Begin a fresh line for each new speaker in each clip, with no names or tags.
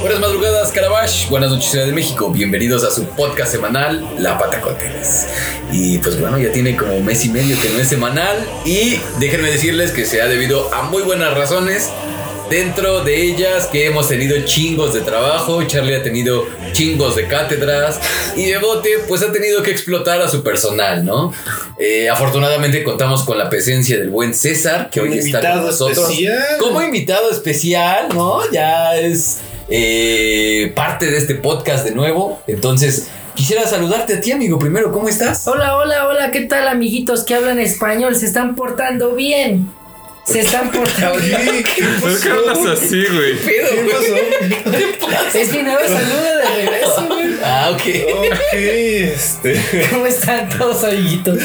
Buenas madrugadas, Carabash. Buenas noches, Ciudad de México. Bienvenidos a su podcast semanal, La Pata con Tenis. Y pues bueno, ya tiene como mes y medio que no es semanal. Y déjenme decirles que se ha debido a muy buenas razones. Dentro de ellas que hemos tenido chingos de trabajo, Charlie ha tenido chingos de cátedras y Bebote pues ha tenido que explotar a su personal, ¿no? Eh, afortunadamente contamos con la presencia del buen César que
Un
hoy está con
invitado
nosotros
especial.
como invitado especial, ¿no? Ya es eh, parte de este podcast de nuevo, entonces quisiera saludarte a ti amigo primero, ¿cómo estás?
Hola, hola, hola, ¿qué tal amiguitos que hablan español? Se están portando bien. Se están portando bien.
¿Por qué hablas así, güey?
Pedo, güey.
Es mi nuevo saludo de regreso, güey.
Ah, ok.
Ok, este.
¿Cómo están todos, amiguitos?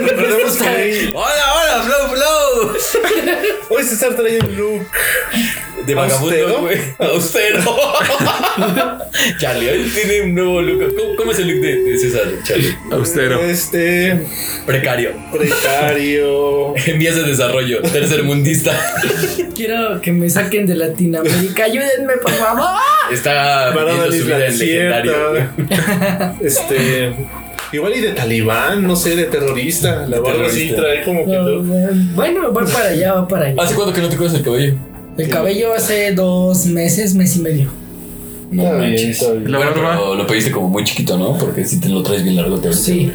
Recordemos que hoy,
Hola, hola, Flow Flow.
hoy César trae un look.
De
¿Austero?
vagabundo, güey. Austero. Charlie, hoy tiene un nuevo look. ¿Cómo, cómo es el look de, de César, Charlie?
Austero.
Este.
Precario.
Precario.
En vías de desarrollo. Tercermundista.
Quiero que me saquen de Latinoamérica. Ayúdenme, por favor.
Está
Parada
viviendo
en
su vida
isla
en legendario. güey.
desierta. Este. Igual y de talibán, no sé, de terrorista. La barba sí
Terrorista.
trae como que.
No,
look.
bueno, va para allá, va para allá.
¿Hace cuánto que no te cortas el cabello?
El cabello hace dos meses, mes y medio.
No
Está bien,
manches.
está bien.
La
bueno,
barba.
pero lo pediste como muy chiquito, ¿no? Porque si te lo traes bien largo, te ves.
Sí.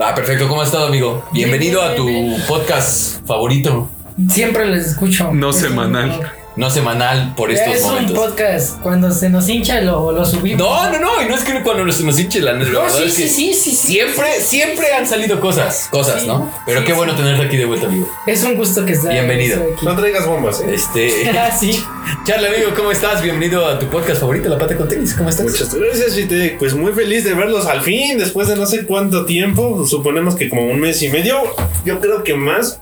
Ah, perfecto. ¿Cómo has estado, amigo? Bienvenido a tu podcast favorito,
Siempre les escucho.
No
Es un-
semanal.
no semanal por estos
Es un
momentos.
podcast. Cuando se nos hincha lo, lo subimos.
No, no, no. Y no es que cuando nos, nos hinche la la
No,
verdad
sí,
es que
sí, sí, sí, sí.
Siempre, siempre han salido cosas, cosas,
Sí,
¿no? Pero
sí,
qué
sí.
bueno tenerte aquí de vuelta, amigo.
Es un gusto que estés
Bienvenido.
aquí.
No traigas bombas, eh.
Este,
Ah, sí.
Charlie, amigo, ¿cómo estás? Bienvenido a tu podcast favorito, La Pata con Tenis. ¿Cómo estás?
Muchas gracias, Fite. Pues muy feliz de verlos al fin, después de no sé cuánto tiempo, suponemos que como un mes y medio, yo creo que más,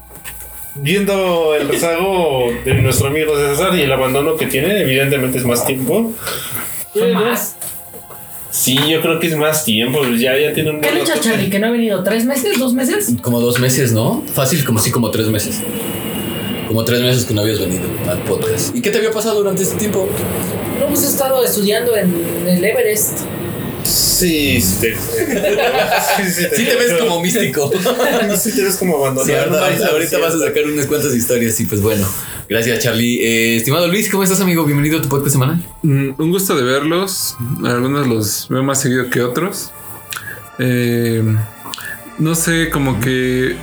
viendo el rezago de nuestro amigo César y el abandono que tiene, evidentemente es más tiempo.
¿Qué más?
Sí, yo creo que es más tiempo, pues ya, ya tiene un...
¿Qué le echas, Charlie? ¿Que no ha venido tres meses? ¿Dos meses?
Como dos meses, ¿no? Fácil, como sí, como tres meses. Como tres meses que no habías venido al podcast. ¿Y qué te había pasado durante este tiempo?
No, pues he estado estudiando en el Everest.
Sí, sí, te- sí, pues. sí,
Sí te ves como místico.
Sí te ves como abandonado.
Sí,
No,
ahorita,
no,
ahorita
sí,
vas a sacar unas cuantas historias y pues bueno. Gracias, Charlie. Eh, estimado Luis, ¿cómo estás, amigo? Bienvenido a tu podcast semanal.
Mm, Un gusto de verlos. Algunos los veo más seguido que otros. Eh, no sé, como que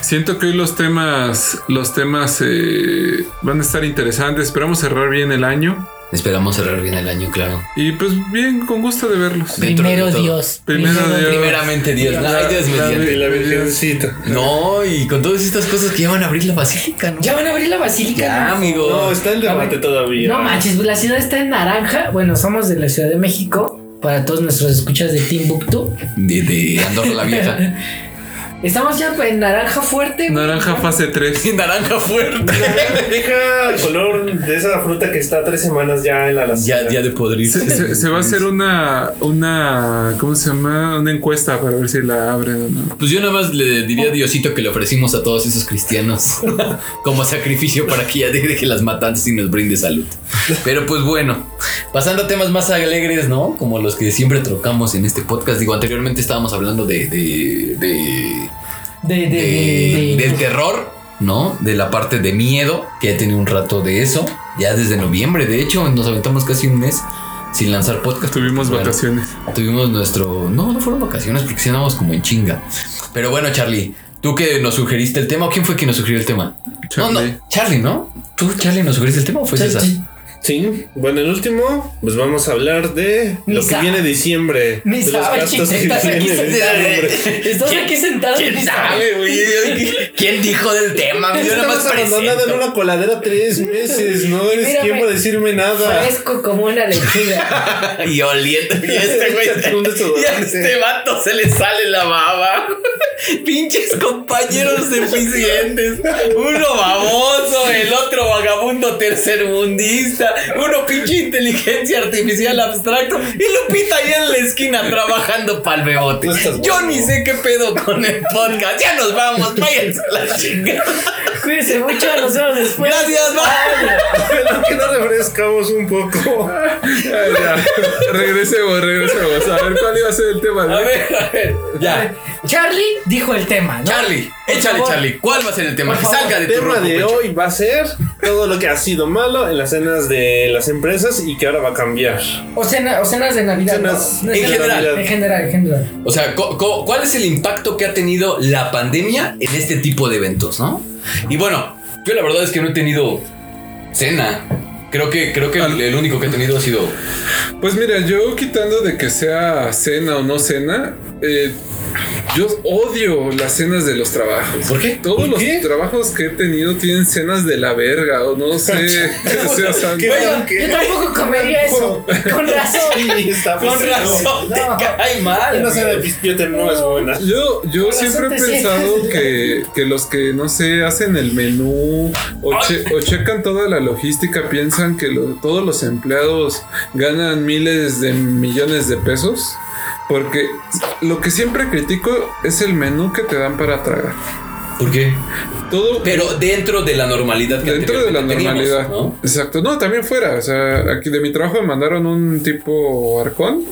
siento que hoy los temas, los temas eh, van a estar interesantes. Esperamos cerrar bien el año
Esperamos cerrar bien el año, claro.
y pues bien, con gusto de verlos.
Dentro de todo.
Primero Dios.
Primeramente, Dios. Ay, Dios
La- la-
mediante.
Y la virgencita.
No, y con todas estas cosas que ya van a abrir la basílica, ¿no?
¿Ya van a abrir la basílica?
Ya,
no?
amigo.
No, está el debate todavía.
No manches, la ciudad está en naranja. Bueno, somos de la Ciudad de México. Para todos nuestros escuchas de Timbuktu.
De, de Andorra la Vieja.
Estamos ya en naranja fuerte. güey.
Naranja fase 3.
Y naranja fuerte.
Deja el color de esa fruta que está tres semanas ya en la alacena.
ya, ya de podrir.
Se, se- se va a hacer una, una, ¿cómo se llama? Una encuesta para ver si la abren o no.
Pues yo nada más le diría a Diosito que le ofrecimos a todos esos cristianos como sacrificio para que ya deje las matanzas y nos brinde salud. Pero pues bueno, pasando a temas más alegres, ¿no? Como los que siempre trocamos en este podcast. Digo, anteriormente estábamos hablando de- de- de
De, de,
de-
de- de-
del terror, ¿no? De la parte de miedo, que ya tenía un rato de eso, ya desde noviembre, de hecho, nos aventamos casi un mes sin lanzar podcast.
Tuvimos
Bueno,
vacaciones.
Tuvimos nuestro... No, no fueron vacaciones porque si andábamos como en chinga. Pero bueno, Charlie, tú que nos sugeriste el tema, ¿o quién fue quien nos sugirió el tema? No,
Charlie.
no, Charlie, ¿no? ¿Tú, Charlie, nos sugeriste el tema o fue César?
Ch- ch-
Sí, bueno, el último, pues vamos a hablar de lo
Misa.
que viene diciembre.
Ni
de
sabe,
gastos que
estás aquí
vienen en
sentado.
diciembre.
Estás aquí sentado. y ni sabe.
güey? ¿Quién dijo del tema? Yo nada más
Estabas abandonado en
presento.
una coladera tres meses, no eres
Mírame.
quien para decirme nada.
Fresco como una lechuga.
Y este oliendo. Y este güey.
Échate un desodorante.
Y a este vato se le sale la baba. Pinches compañeros deficientes. Uno baboso, el otro vagabundo tercermundista. Uno pinche inteligencia artificial abstracto. Y Lupita ahí en la esquina trabajando pa'l bebote.
Tú estás
Yo
guapo.
ni sé qué pedo con el podcast. Ya nos vamos, váyanse a la chingada.
Cuídense mucho, nos vemos después.
Gracias, bye.
Pero que nos refrescamos un poco.
Ay, ya. Regresemos, regresemos. A ver cuál iba a ser el tema.
A
de-
ver, a ver. Ya.
Charlie dijo el tema, ¿no?
Charlie,
Por
échale,
favor.
Charlie. ¿Cuál va a ser el tema?
Por
Que
favor.
salga de
El
tu
tema
rojo
de
pecho.
hoy va a ser todo lo que ha sido malo en las cenas de las empresas y que ahora va a cambiar.
O, cena- o cenas de Navidad.
Cenas
¿no?
en
cenas de
general.
Navidad. En general, en general.
O sea, co- co- ¿cuál es el impacto que ha tenido la pandemia en este tipo de eventos, no? Y bueno, yo la verdad es que no he tenido cena. Creo que, creo que el, el único que he tenido ha sido.
Pues mira, yo quitando de que sea cena o no cena, eh, yo odio las cenas de los trabajos.
¿Por qué?
Todos los
qué?
trabajos que he tenido tienen cenas de la verga o no sé. o sea, santo.
¿Qué?
Bueno,
¿Qué?
yo tampoco comería eso. Con razón.
Sí, está
Con
pesado.
razón, te
No.
cae mal.
Una cena de pispiote no es buena.
Yo, yo
Con
siempre he
razón te
pensado
sientas.
que, que los que, no sé, hacen el menú o, che- o checan toda la logística piensan que lo- todos los empleados ganan miles de millones de pesos. Porque lo que siempre critico es el menú que te dan para tragar.
¿Por qué?
Todo
Pero dentro de la normalidad que
dentro de la
anteriormente teníamos,
normalidad.
¿no?
Exacto. No, también fuera. O sea, aquí de mi trabajo me mandaron un tipo arcón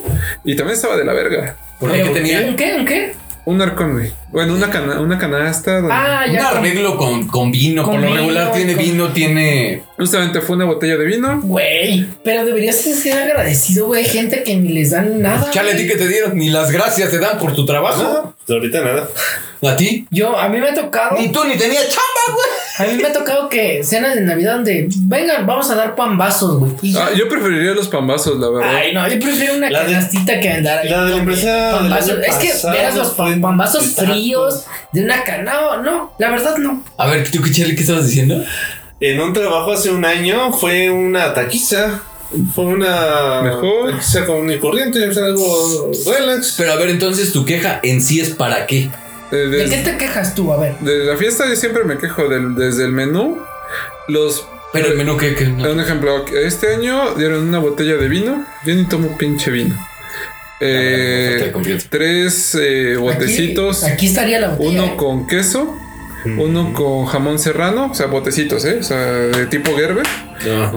y también estaba de la verga.
¿Por qué
Pero,
tenía
¿Un qué? ¿Un qué?
Un arcón, güey. Bueno, una, cana- una canasta. donde-
Ah,
un
ya. con-
arreglo con, con vino?
Con
Por lo
vino,
regular tiene
con-
vino, tiene.
Justamente fue una botella de vino.
Güey, pero deberías ser agradecido, güey. Gente que ni les dan nada.
Chale, ¿a ti
güey.
que te dieron? Ni las gracias te dan por tu trabajo.
No, Ah, pues ahorita nada.
¿A ti?
Yo, a mí me ha tocado.
Ni tú ni tenías chamba, güey.
A mí me ha tocado que cenas de Navidad donde, vengan, vamos a dar pambazos, güey. Y-
Ah, yo preferiría los pambazos, la verdad.
Ay, no, yo prefiero una
La de-
canastita que andar ahí
la de la
con
empresa
pambazos.
del año
Es que
pasado
verás los
fue
pam- pambazos
tacos.
fríos de una canao, no, la verdad no.
A ver, ¿tú qué chale qué estabas diciendo?
En un trabajo hace un año fue una taquiza. Fue una
Mejor.
taquiza común y corriente, o sea, algo relax.
Pero a ver, entonces tu queja en sí es para qué.
Eh,
¿De qué
des-
te quejas tú? A ver.
de la fiesta yo siempre me quejo del- desde el menú. Los
Pero el menú que. que no.
Un ejemplo, este año dieron una botella de vino. Yo ni tomo pinche vino. Eh,
falta de confianza.
tres eh, botecitos,
Aquí, aquí estaría la botella. ¿eh?
uno con queso, uno con jamón serrano, o sea, botecitos, ¿eh? O sea, de tipo Gerber,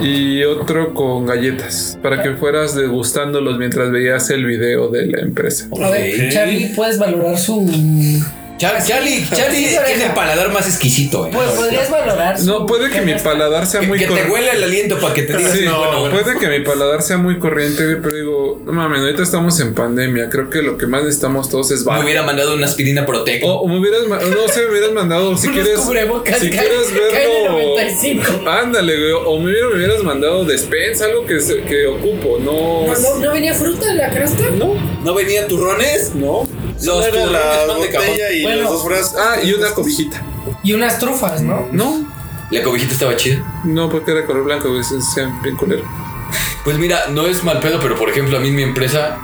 y otro con galletas, para que fueras degustándolos mientras veías el video de la empresa.
Ok.
A ver, Charlie, puedes valorar su.
Char- Charlie, Charlie
Sí, oreja.
tiene el paladar más exquisito, eh.
Pues podrías valorar su.
No, puede que mi paladar sea
Que,
muy
que te
correcto.
huele el aliento para que te digas.
Sí,
"No, bueno, bueno".
puede que mi paladar sea muy corriente, güey, pero digo, no mames, ahorita estamos en pandemia. Creo que lo que más necesitamos todos es
Me
bar.
hubiera mandado una aspirina proteica.
O, o me hubieras, ma- no sé, me hubieras mandado si
Unos
quieres.
cubrebocas,
Si
K-
quieres
KN95.
verlo. Ándale, güey. O me hubiera- me hubieras, mandado despensa, algo que, se- que ocupo. No.
No, no, ¿no venía fruta de la cresta?
No.
¿No venían turrones?
no.
Los
Era
turrones
la
son de cajón.
botella y
Bueno.
los dos frascos.
Ah, y una cobijita.
Y unas trufas, ¿no?
No.
La cobijita estaba chida.
No, porque era color blanco, güey. se- se- bien culero.
Pues mira, no es mal pedo, pero por ejemplo, a mí en mi empresa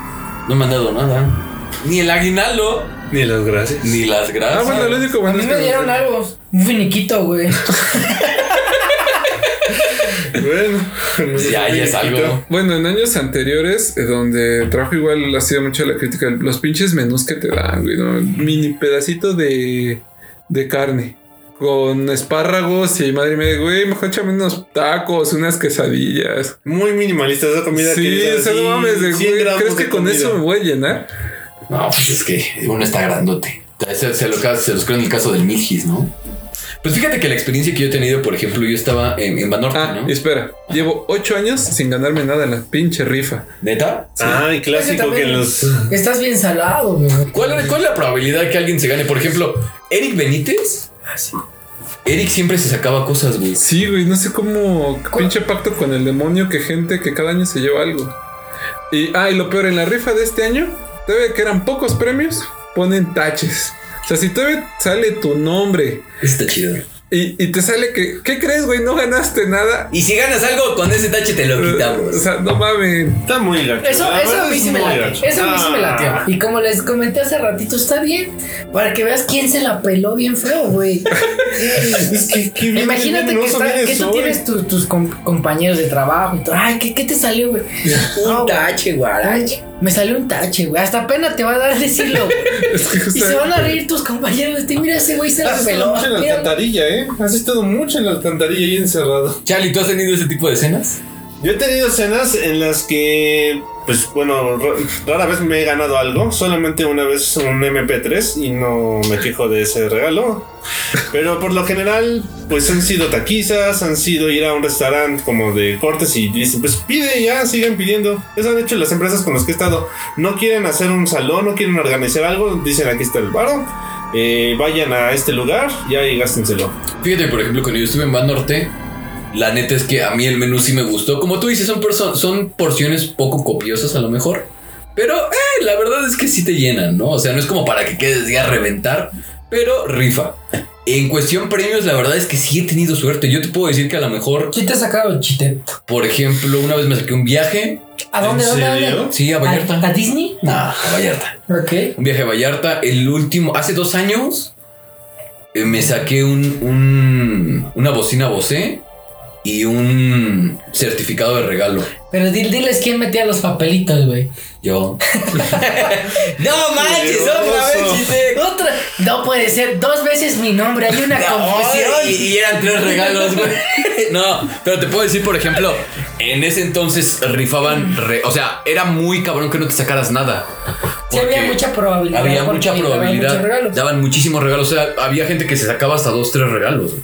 no me han dado nada. Ni el aguinaldo,
Ni las gracias.
ni las
Ah,
gracias.
bueno, lo único
A
bueno
mí
es
me
que-
dieron algo. Un finiquito, güey.
Bueno,
ya, ya es algo.
Bueno, en años anteriores, eh, donde trabajo igual ha sido mucho la crítica, los pinches menús que te dan, güey, ¿no? mini pedacito de, de carne con espárragos y madre mía, güey, mejor échame unos tacos, unas quesadillas.
Muy minimalista esa comida. que
sí,
dices
o sea, no
así,
mames, de,
100
güey,
gramos
¿crees
de
que con
comida.
eso me voy a llenar?
No, pues es que uno está grandote. Se, se lo, ca- se los creo en el caso del Milgis, ¿no? Pues fíjate que la experiencia que yo he tenido, por ejemplo, yo estaba en, en Banorte,
Ah,
¿no?
y espera, llevo ocho años sin ganarme nada en la pinche rifa.
¿Neta?
Ay, Ah, clásico que
también-
los.
Estás bien salado, güey.
¿Cuál, era- cuál es la probabilidad que alguien se gane? Por ejemplo, Eric Benítez. Eric siempre se sacaba cosas, güey.
Sí, güey, no sé cómo
Co-
pinche pacto con el demonio que gente que cada año se lleva algo. Y, ah, y lo peor, en la rifa de este año, todavía que eran pocos premios, ponen taches. O sea, si todavía sale tu nombre
Está chido.
Y, y te sale que, ¿qué crees, güey? No ganaste nada.
Y si ganas algo, con ese tache te lo
O
quitamos.
sea, no mames.
Está muy gacho.
Eso,
La
eso a
verdad
mí
es
sí me
muy
late.
gacho.
Eso a mí sí me lateó.
Ah.
Y como les comenté hace ratito, está bien. Para que veas quién se la peló bien feo, güey.
Es que, qué bien-
Imagínate
bien
que,
oso
está-
vienes
que tú
hoy.
tienes tu- tus com- compañeros de trabajo y todo. Ay, ¿qué, qué te salió, güey? No,
Un
güey.
tache, guarache.
Ay, me salió un tache, güey. Hasta pena te va a dar decirlo.
Es que
y se
justo-
van a reír tus compañeros de ti. Mira, ese güey se la
Has estado
peló.
mucho en la
Mira,
alcantarilla, ¿eh? Has estado mucho en la alcantarilla y encerrado.
Charlie, ¿tú has tenido ese tipo de escenas?
Yo he tenido escenas en las que, pues bueno, ra- rara vez me he ganado algo. Solamente una vez un MP3 y no me quejo de ese regalo. Pero por lo general, pues han sido taquizas, han sido ir a un restaurante como de cortes y dicen, pues pide ya, sigan pidiendo. Eso han hecho las empresas con las que he estado. No quieren hacer un salón, no quieren organizar algo, dicen aquí está el baro. eh, vayan a este lugar y ahí gástenselo.
Fíjate, por ejemplo, cuando yo estuve en Van Norte, la neta es que a mí el menú sí me gustó. Como tú dices, son, perso- son porciones poco copiosas a lo mejor. Pero eh, la verdad es que sí te llenan, ¿no? O sea, no es como para que quedes ya a reventar, pero rifa. En cuestión premios, la verdad es que sí he tenido suerte. Yo te puedo decir que a lo mejor,
¿Quién te ha sacado el chiste?
por ejemplo, una vez me saqué un viaje.
¿A dónde,
¿En
dónde,
serio?
dónde?
Sí, a Vallarta.
¿A, a Disney?
Nah, a Vallarta.
Ok.
Un viaje a Vallarta. El último, hace dos años, eh, me saqué un, un- una bocina Bose y un certificado de regalo.
Pero di- diles quién metía los papelitos, güey.
Yo. no manches,
Poderoso.
chiste.
Otra. No puede ser. Dos veces mi nombre. Hay una
Y,
confusión.
y eran tres regalos, güey. No, pero te puedo decir, por ejemplo, en ese entonces rifaban, re- o sea, era muy cabrón que no te sacaras nada.
Sí, había
Porque-
mucha probabilidad.
Había
porque
mucha
daban muchos
probabilidad.
regalos.
Daban muchísimos regalos. O sea, había gente que se sacaba hasta dos, tres regalos güey.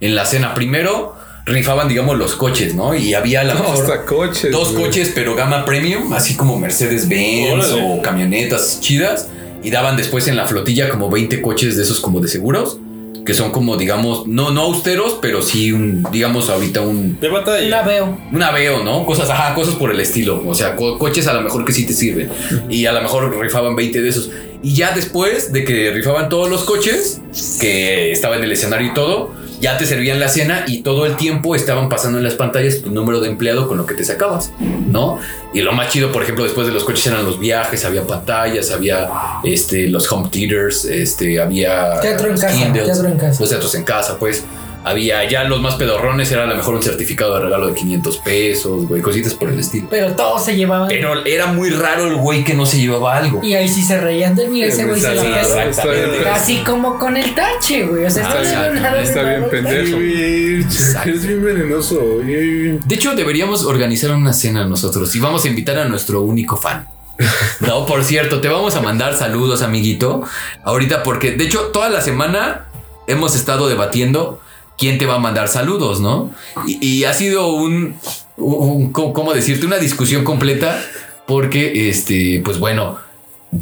en la cena. Primero rifaban, digamos, los coches, ¿no? Y había a lo
No,
mejor
hasta coches.
dos
güey.
coches, pero gama premium, así como Mercedes-Benz
Órale.
o camionetas chidas. Y daban después en la flotilla como 20 coches de esos como de seguros, que son como, digamos, no, no austeros, pero sí, un, digamos, ahorita un...
De batalla.
La veo.
Un aveo, ¿no? Cosas, ajá, cosas por el estilo. O sea, co- coches a lo mejor que sí te sirven. Y a lo mejor rifaban 20 de esos. Y ya después de que rifaban todos los coches, que estaba en el escenario y todo, ya te servían la cena y todo el tiempo estaban pasando en las pantallas tu número de empleado con lo que te sacabas, ¿no? Y lo más chido, por ejemplo, después de los coches eran los viajes, había pantallas, había este, los home theaters, este, había...
Teatro en
los
casa, teatro en casa.
los teatros en casa, pues. Había ya los más pedorrones, era a lo mejor un certificado de regalo de 500 pesos, güey, cositas por el estilo.
Pero todos se llevaban.
Pero era muy raro el güey que no se llevaba algo.
Y ahí sí se reían del mira ese güey se la
Sí,
Exacto.
pela.
está bien,
Exactamente.
Así como con el tache, güey. O sea,
Ah,
está
está
bien,
bien,
nada de
Está bien
malo.
pendejo.
Güey,
Exacto.
Eres bien venenoso. güey.
De hecho, deberíamos organizar una cena nosotros y vamos a invitar a nuestro único fan. No, por cierto, te vamos a mandar saludos, amiguito. Ahorita, porque de hecho, toda la semana hemos estado debatiendo quién te va a mandar saludos, ¿no? Y, y ha sido un, un- ¿cómo cómo decirte? Una discusión completa, porque, este, pues bueno,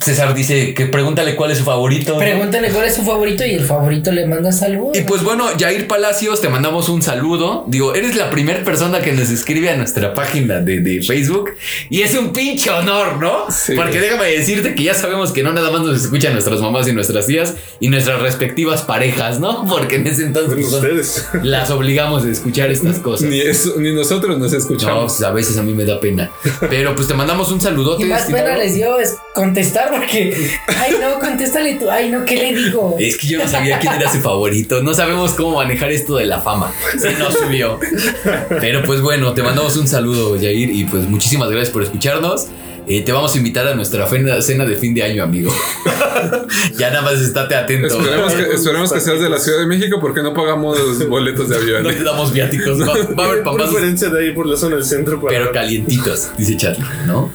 César dice que pregúntale cuál es su favorito. ¿no?
Pregúntale cuál es su favorito y el favorito le manda saludos.
Y pues bueno, Jair Palacios, te mandamos un saludo. Digo, eres la primera persona que nos escribe a nuestra página de, de Facebook. Y es un pinche honor, ¿no?
Sí.
Porque déjame decirte que ya sabemos que no nada más nos escuchan nuestras mamás y nuestras tías y nuestras respectivas parejas, ¿no? Porque en ese entonces
Son
nosotros
ustedes.
las obligamos a escuchar estas cosas.
Ni, eso- ni nosotros nos
No,
escuchamos.
pues, a veces a mí me da pena. Pero pues te mandamos un saludote.
Y más
estimado.
pena les dio es contestar porque, ay no, contéstale tú, ay no, ¿qué le digo?
Es que yo no sabía quién era su favorito. No sabemos cómo manejar esto de la fama. Se nos subió. Pero pues bueno, te mandamos un saludo, Jair. Y pues muchísimas gracias por escucharnos. Eh, te vamos a invitar a nuestra fena- cena de fin de año, amigo. ya nada más estate atento.
Esperemos que, esperemos que seas de la Ciudad de México porque no pagamos boletos de avión.
No te damos viáticos. Va, va a haber pambazos
preferencia de ir por la zona del centro para.
pero calientitos, dice Charlie, ¿no?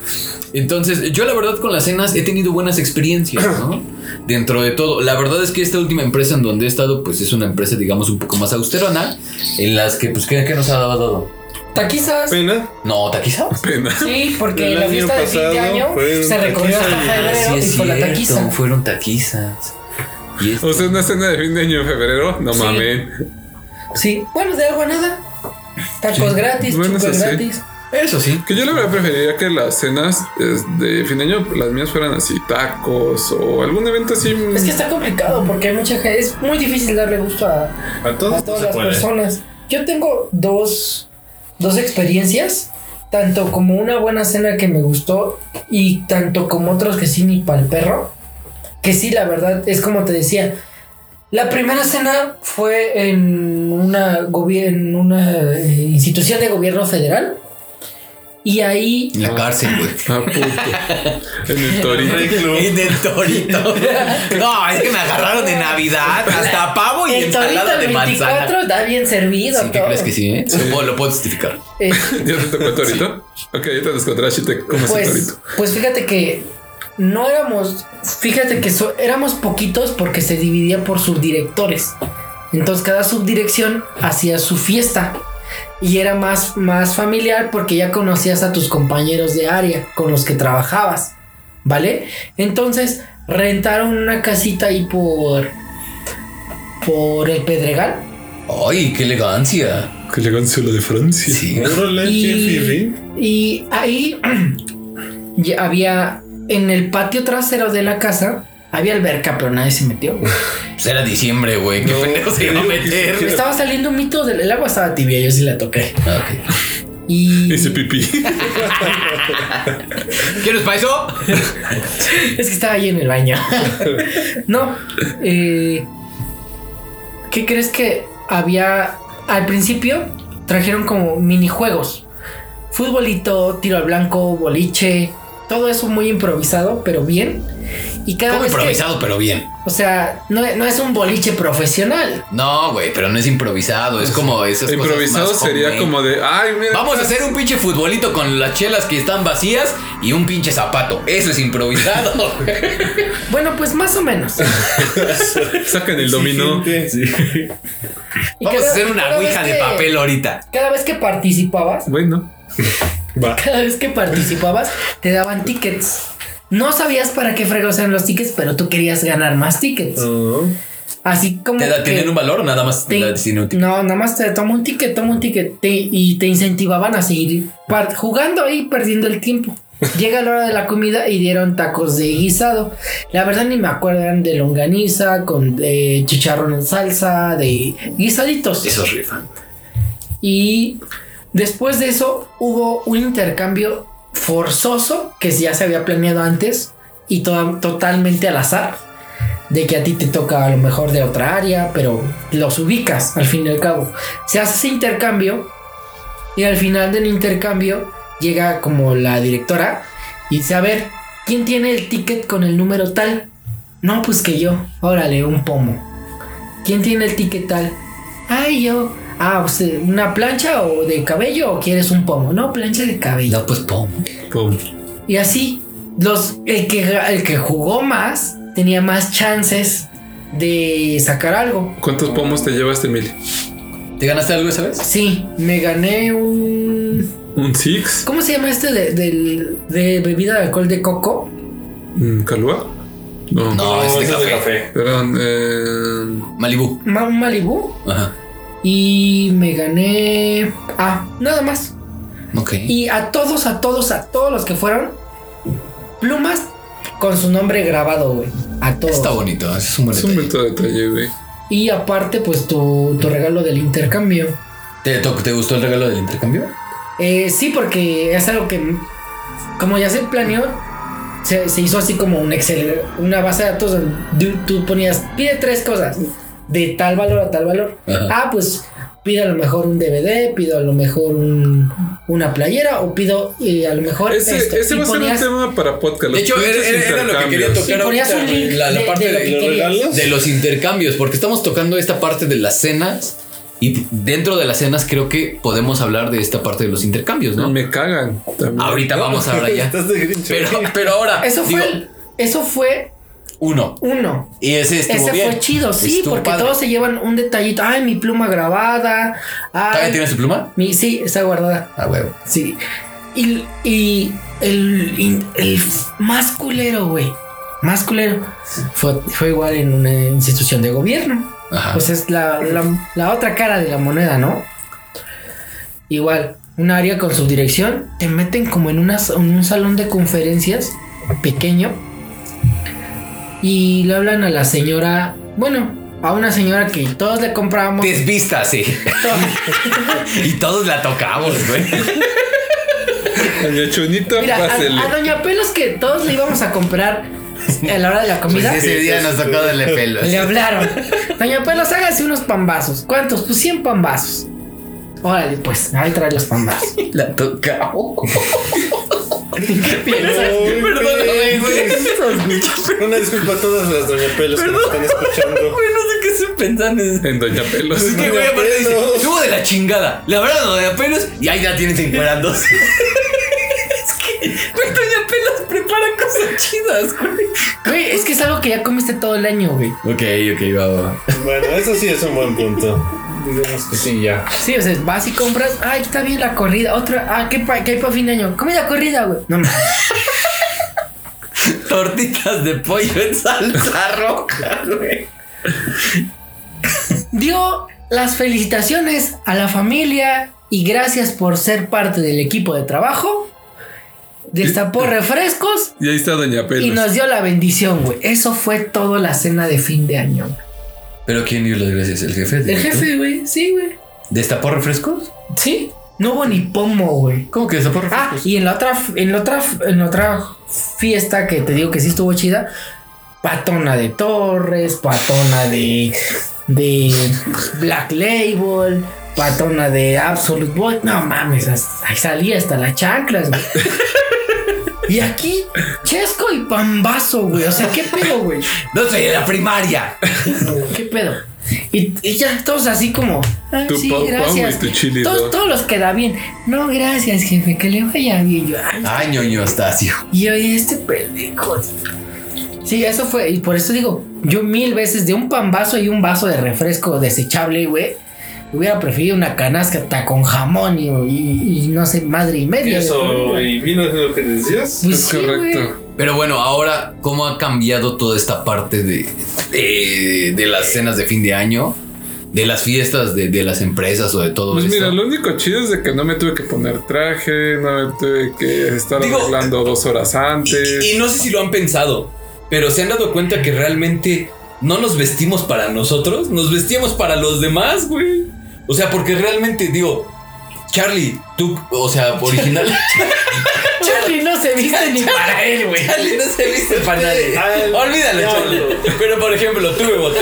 Entonces, yo la verdad con las cenas he tenido buenas experiencias, ¿no? Dentro de todo, la verdad es que esta última empresa en donde he estado, pues es una empresa, digamos, un poco más austerona, en las que, pues, ¿qué, qué nos ha dado?
Taquizas.
Pena.
No, taquiza.
Pena.
Sí, porque
El
la
año
fiesta de fin de
pasado
año
fue un
se recorrió hasta
taquiza.
febrero
Así
y
es
fue la
cierto,
taquiza.
fueron taquizas. Y es-
O sea, una cena de fin de año en febrero. No
Sí.
mames.
Sí, bueno, de algo a nada. Tacos gratis,
Bueno,
chicos
eso sí.
gratis.
Eso sí.
Que yo la verdad preferiría que las cenas eh, de fin de año, las mías fueran así, tacos o algún evento así.
Es que está complicado porque hay mucha gente. Es muy difícil darle gusto a,
A todos
a todas
Pues, se
las
puede.
personas. Yo tengo dos, dos experiencias, tanto como una buena cena que me gustó y tanto como otros que sí ni para el perro, que sí, la verdad, es como te decía. La primera cena fue en una, gobi- en una eh, institución de gobierno federal y ahí...
En la cárcel, güey.
Ah, puto. En el torito.
Rey Club.
En el torito. No, es que me agarraron de Navidad. Hasta pavo y
El torito
ensalada de
el
manzana.
24 da bien
Sí,
servido.
¿Qué
todo.
crees que sí, eh? Supongo, Lo puedo justificar.
Eh,
¿Ya te tocó el torito? Ok, ahorita te descontarás y te comes el
Pues,
torito.
pues fíjate que no éramos, fíjate que so- éramos poquitos porque se dividía por subdirectores. Entonces cada subdirección hacía su fiesta y era más, más familiar porque ya conocías a tus compañeros de área con los que trabajabas, ¿vale? Entonces rentaron una casita ahí por, por el Pedregal.
Ay, qué elegancia.
Que llegó en suelo de Francia.
Sí. güey.
Puro leche,
Y,
Fifi.
y ahí ya había en el patio trasero de la casa había alberca, pero nadie se metió.
Pues era diciembre, güey. Qué
No,
pendejo se iba a
creo que
meter.
sí.
Estaba saliendo un mito del el agua estaba tibia, yo sí la toqué.
Ah, ok.
Y
Ese pipí.
¿Quieres paiso?
es que estaba ahí en el baño. no, eh, ¿qué crees que había al principio? Trajeron como minijuegos, futbolito, tiro al blanco, boliche, todo eso muy improvisado, pero bien. Y cada
Como
vez que-
improvisado, pero bien.
O sea, no, no es un boliche profesional.
No, güey, pero no es improvisado. Es como esas cosas
Improvisado
más
sería
homemade.
como de. Ay, mira.
Vamos a hacer un pinche futbolito con las chelas que están vacías y un pinche zapato. Eso es improvisado.
Bueno, pues más o menos.
Sacan el dominó.
Exigente.
Y
Vamos a
cada-
hacer una
cada
ouija
vez
de
que-
papel ahorita.
Cada vez que participabas,
Bueno.
Va.
cada vez que participabas, te daban tickets. No sabías para qué fregos eran los tickets, pero tú querías ganar más tickets.
Ujú.
Así como.
¿Te
que
da, ¿Tienen un valor o nada más?
te-
la- sin un tipo?
no, nada más te toma un ticket, toma un ticket. te- y te incentivaban a seguir par- jugando ahí, perdiendo el tiempo. Llega la hora de la comida y dieron tacos de guisado. La verdad ni me acuerdo, eran de longaniza, con eh, chicharrón en salsa, de guisaditos.
Eso es rifa.
Y después de eso hubo un intercambio forzoso que ya se había planeado antes y to- totalmente al azar. De que a ti te toca a lo mejor de otra área, pero los ubicas al fin y al cabo. Se hace ese intercambio y al final del intercambio llega como la directora y dice, a ver, ¿quién tiene el ticket con el número tal? No, pues que yo. Órale, un pomo. ¿Quién tiene el ticket tal? Ay, yo. Ah, pues, eh, ¿una plancha o de cabello o quieres un pomo? No, plancha de cabello.
No, pues pum.
Pum.
Y así, los, el, que, el que jugó más tenía más chances de sacar algo.
¿Cuántos pomos te llevaste, Mili?
¿Te ganaste algo esa vez?
Sí, me gané un...
¿Un six?
¿Cómo se llama este de, del- de bebida de alcohol de coco?
¿Un calúa? No.
Ah,
No, es de
ese
café.
Perdón. Eh,
Malibú.
Ma- Un Malibu.
Ajá.
Y me gané... Ah, nada más.
Ok.
Y a todos, a todos, a todos los que fueron, plumas con su nombre grabado, güey. A todos.
Está bonito. Es un buen
es un
detalle.
bonito detalle, güey.
Y aparte, pues tu, tu regalo del intercambio.
¿Te, to- ¿Te gustó el regalo del intercambio?
Eh, sí, porque es algo que, como ya se planeó, se, se hizo así como un Excel, una base de datos donde tú ponías, pide tres cosas, de tal valor a tal valor.
Ajá.
Ah, pues pido a lo mejor un DVD, pido a lo mejor un- una playera o pido eh, a lo mejor...
Ese,
esto.
ese
Y
va a ser un
ponías-
tema para podcast.
De hecho,
los
era,
pinches
era- era lo que quería
intercambios.
tocar
Sí, ponías
ahorita,
un link
la, la
de-
parte
de lo
de,
que
los
querías.
regalos. De los intercambios, porque estamos tocando esta parte de las cenas y dentro de las cenas creo que podemos hablar de esta parte de los intercambios, ¿no?
Me cagan. también.
Ahorita vamos ahora ya.
Estás de grincho.
Pero, pero ahora,
Eso fue,
digo,
eso fue
uno.
uno.
Y ese estuvo
Ese
bien.
fue chido, sí,
Estuvo
porque
padre.
todos se llevan un detallito. Ay, mi pluma grabada.
¿Todavía
Ay,
tienes tu pluma?
mi, sí, está guardada.
Ah, huevo.
Sí. Y, y el, y el f- más culero, güey. Más culero. Fue, fue igual en una institución de gobierno.
Ajá.
Pues es la, la- la otra cara de la moneda, ¿no? Igual, un área con su dirección, te meten como en, una, en un salón de conferencias pequeño y le hablan a la señora, bueno, a una señora que todos le comprábamos.
Desvista, sí. y todos la tocamos, güey.
Doña Chonita,
Mira, a,
pásele.
a Doña Pelos que todos le íbamos a comprar a la hora de la
Pues
comida.
ese día nos tocó darle pelos.
Le hablaron. Doña Pelos, hágase unos pambazos. ¿Cuántos? Pues 100 pambazos. Órale, pues, ahí trae los pambazos.
La tocamos.
¿Qué piensas?
Ay,
Perdóname, güey.
güey. Una disculpa a todas las doña pelos que nos están escuchando.
Güey, no sé qué estoy pensando.
En Doña Pelos.
Es que, güey, aparte dice, estuvo de la chingada. Le habrá dado de apelos y ahí ya tienes encuerándose. es que, güey, Doña Pelos prepara cosas chidas, güey.
Güey, es que es algo que ya comiste todo el año, güey.
Ok, ok, va, va.
Bueno, eso sí es un buen punto. Digamos que sí, ya.
Sí, o sea, vas y compras. Ay, está bien la corrida. Otra, ah, ¿qué, pa- qué hay para fin de año? Comida corrida, güey. No, mames.
Tortitas de pollo en salsa roja, güey.
Dio las felicitaciones a la familia y gracias por ser parte del equipo de trabajo. Destapó refrescos
Y ahí está Doña Pelos.
y nos dio la bendición, güey. Eso fue todo la cena de fin de año.
¿Pero quién dio las gracias? ¿El jefe?
El jefe, güey, sí, güey.
¿Destapó refrescos?
Sí. No hubo ni pomo, güey.
¿Cómo que destapó
Ah,
Pues
refrescos?
y en la otra, en la otra, en la otra fiesta que te digo que sí estuvo chida, patona de Torres, patona de, de Black Label, patona de Absolute Boy. No mames, as- ahí salía hasta las chanclas, güey. Y aquí, Chesco y Pambazo, güey. O sea, ¿qué pedo, güey?
No soy de la primaria.
¿Qué pedo? Y, y ya todos así como... "Ah,
Tu
sí,
pom pom y
gracias.
tu chili
todos,
dog.
todos los queda bien. No, gracias, jefe, que le vaya bien. Yo, "Ay,
Ay, ñoño Eustacio.
y oye, este pendejo. Sí, eso fue. Y por eso digo, yo mil veces de un pambazo y un vaso de refresco desechable, güey. Hubiera preferido una canasta con jamón y, y- y no sé, madre y media.
Eso, y vino es lo que decías.
Pues
Es
sí, güey.
correcto.
Pero bueno, ahora, ¿cómo ha cambiado toda esta parte de, de, de las cenas de fin de año? De las fiestas de, de las empresas o de todo
Pues
esto?
mira, lo único chido es de que no me tuve que poner traje, no me tuve que estar
Digo-
hablando dos horas antes.
Y, y no sé si lo han pensado, pero se han dado cuenta que realmente no nos vestimos para nosotros, nos vestimos para los demás, güey. O sea, porque realmente, digo, Charlie, tú, o sea, original.
Charlie no se viste ni para él, güey.
Charlie no se viste para nadie.
Al
Olvídalo, Charlie.
diablo.
Pero por ejemplo, tú me boté.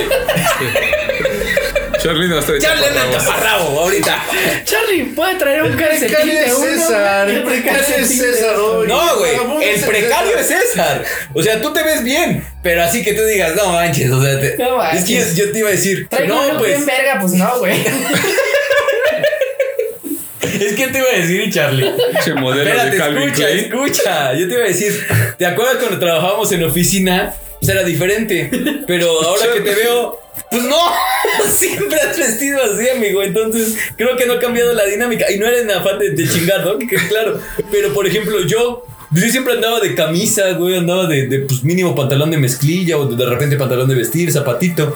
Charlie no está
Charlie anda en
taparrabos.
taparrabo ahorita.
Charlie puede traer un calcetín
precario
de
es
uno.
César,
güey,
el precario
calcetín
es
de
César
otro.
hoy.
No, güey.
Vagabundo
El
es
precario es César. O sea, tú te ves bien, pero así que tú digas, no manches. O sea, te-
No
es que
manches.
yo, yo te iba a decir,
Traigo
no,
uno
pues.
bien verga, pues no, güey.
Es que te iba a decir, Charlie.
Che modelo
Espérate,
de Calvin
escucha,
Klein.
escucha. Yo te iba a decir, ¿te acuerdas cuando trabajábamos en oficina? Pues era diferente. Pero ahora que te veo, pues no. Siempre has vestido así, amigo. Entonces, creo que no ha cambiado la dinámica. Y no era en afán de, de chingar, ¿no? Que claro. Pero, por ejemplo, yo. Yo siempre andaba de camisa, güey, andaba de, de, pues mínimo pantalón de mezclilla o de, de repente pantalón de vestir, zapatito.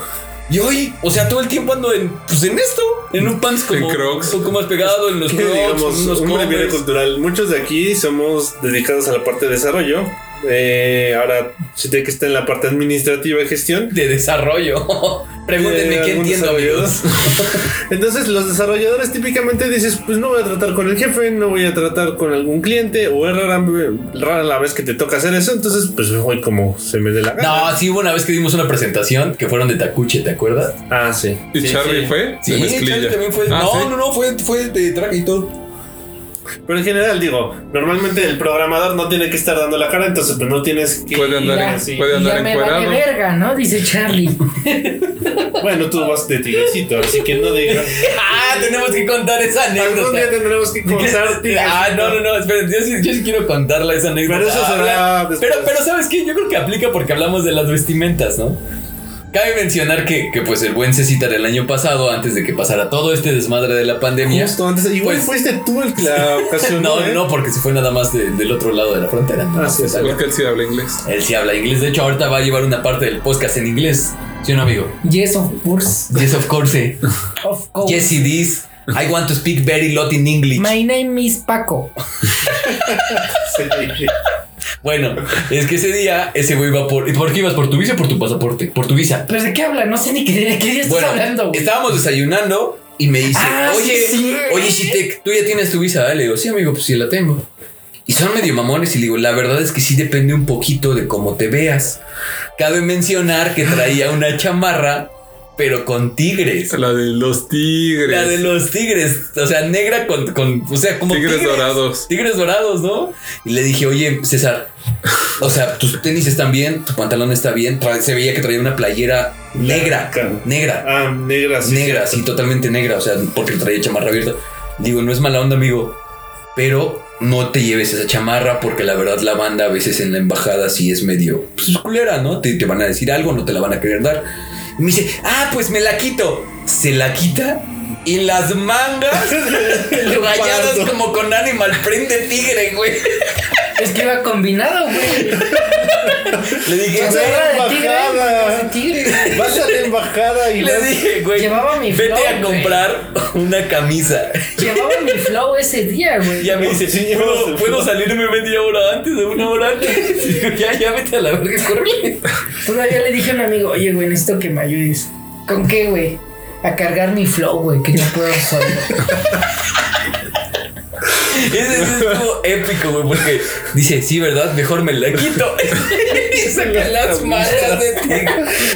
Y hoy, o sea, todo el tiempo ando en, pues en esto, en un pants
En
como,
Crocs.
un poco más pegado, en los
Que,
crocs, en
digamos,
unos
un breviario
Converse.
cultural. Muchos de aquí somos dedicados a la parte de desarrollo. Eh, ahora, si te que está en la parte administrativa y gestión.
de desarrollo. Pregúntenme
Eh,
qué
algunos
entiendo, amigos.
desarrolladores. Entonces, los desarrolladores típicamente dices, pues no voy a tratar con el jefe, no voy a tratar con algún cliente, o es rara, rara la vez que te toca hacer eso, entonces pues me voy como se me dé la gana.
No, sí hubo una vez que dimos una presentación que fueron de Tacuche, ¿te acuerdas?
Ah, sí.
¿Y
Sí,
Charlie
sí.
fue?
Sí,
de mezclilla.
Charlie también fue.
Ah,
no,
¿sí?
no, no, fue, fue de traje y todo.
Pero en general, digo, normalmente el programador no tiene que estar dando la cara, entonces pues no tienes que...
Puede andar, en-
Sí.
puede
Y
andar
ya me vale
encuerado.
verga, ¿no? Dice Charlie.
Bueno, tú vas de tigrecito, así que no digas...
Ah, tenemos que contar esa
Algún día
anécdota.
tendremos que contar tigrecito.
Ah, no, no, no, espera, yo sí, yo sí quiero contarla esa anécdota.
Pero eso será
Habla-
después.
pero, pero, ¿sabes qué? Yo creo que aplica porque hablamos de las vestimentas, ¿no? Cabe mencionar que, que pues el buen Cecitar el año pasado, antes de que pasara todo este desmadre de la pandemia,
Justo eh? antes, igual
Pues-
fuiste tú el que la ocasión.
No, no, porque se fue nada más de- del otro lado de la frontera. ¿no?
Así es.
Porque él sí habla inglés.
Él sí habla inglés. De hecho, ahorita va a llevar una parte del podcast en inglés. ¿Sí o no, amigo?
Yes, of course.
Yes, of course.
Of course.
Yes, it is. I want to speak very lot in English.
My name is Paco.
Sí.
Bueno, es que ese día ese güey va por. ¿y ¿Por qué ibas? ¿Por tu visa o por tu pasaporte? Por tu visa.
¿Pero de qué habla? No sé ni qué, de qué día estás
Bueno,
hablando. güey.
estábamos desayunando y me dice,
Ah, sí,
oye,
sí.
oye, Shitek, tú ya tienes tu visa, ¿eh? Le digo, sí, amigo, pues sí la tengo. Y son medio mamones y le digo, la verdad es que sí depende un poquito de cómo te veas. Cabe mencionar que traía una chamarra, pero con tigres.
La de los tigres.
La de los tigres, o sea, negra con, con o sea, como
Tigres dorados.
Tigres dorados, ¿no? Y le dije, oye, César, o sea, tus tenis están bien, tu pantalón está bien, tra- se veía que traía una playera negra,
Blanca.
negra,
Ah, negra, sí.
negra, sí, totalmente negra, o sea, porque traía chamarra abierta. Digo, no es mala onda, amigo, pero no te lleves esa chamarra porque la verdad la banda a veces en la embajada sí es medio pues, culera, ¿no? Te, te van a decir algo, no te la van a querer dar. Y me dice, ah, pues me la quito. Se la quita y las mangas rayadas
Pardo.
como con Animal Print de tigre, güey.
Es que iba combinado, güey.
Le dije,
Entonces,
güey.
Era de tigre,
embajada.
era de tigre.
Vas a la embajada y
Le
vas-
dije, güey.
Llevaba mi
vete
flow,
a
güey.
comprar una camisa.
Llevaba mi flow ese día, güey.
Ya me dice,
Sí, llevabas
¿puedo,
el
puedo
flow.
salirme media hora antes de una hora antes? Y digo, ya, ya vete a la verga, corre.
Todavía le dije a un amigo, oye, güey, necesito que me ayudes. ¿Con qué, güey? A cargar mi flow, güey, que no puedo solo.
Ese es como épico, güey, porque dice, sí, ¿verdad? Mejor me la quito. y saca las mangas de tigre.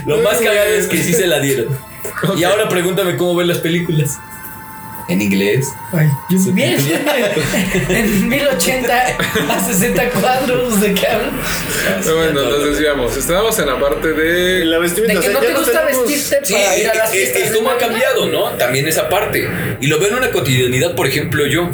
Lo más cagado es que sí se la dieron. Y ahora pregúntame cómo ven las películas. En inglés.
Ay, yo bien. en 1080 a 60 cuadros de qué hablo?
Pero bueno, nos desviamos. Estábamos en la parte de.
La vestimenta.
De que
o sea,
no
ya
te gusta
tenemos-
vestirte
Sí, eh,
para ir a
es-
las
es-
fiestas.
es cómo
de
ha
Navidad.
cambiado, ¿no? También esa parte. Y lo veo en una cotidianidad, por ejemplo, yo.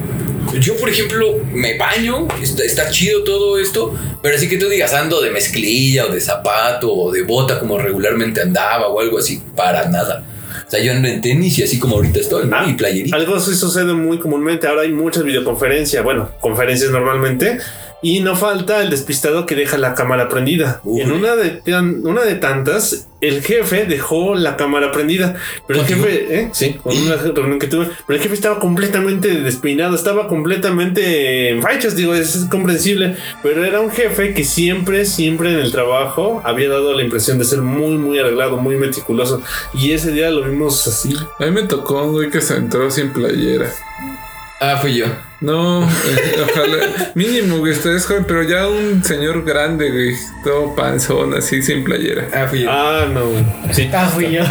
Yo, por ejemplo, me baño, está, está chido todo esto, pero así que tú digas, ando de mezclilla o de zapato o de bota como regularmente andaba o algo así, para nada. O sea, yo ando en tenis y así como ahorita estoy, ¿no?
Ah,
Y playerita.
Algo así sucede muy comúnmente. Ahora hay muchas videoconferencias, bueno, conferencias normalmente. Y no falta el despistado que deja la cámara prendida.
Uy.
En una de, tan- una de tantas, el jefe dejó la cámara prendida. Pero el
¿Contigo?
jefe, ¿eh?
Sí.
Con una reunión que tuve. Pero el jefe estaba completamente despeinado, estaba completamente en fachas, digo, es, es comprensible. Pero era un jefe que siempre, siempre en el trabajo había dado la impresión de ser muy, muy arreglado, muy meticuloso. Y ese día lo vimos así.
A mí me tocó un güey que se entró sin playera.
Ah, fui yo.
No, eh, ojalá. Mínimo que estés joven, pero ya un señor grande, güey. Todo panzón, así sin playera.
Ah, fui yo.
Ah, no. Sí.
Ah, fui yo.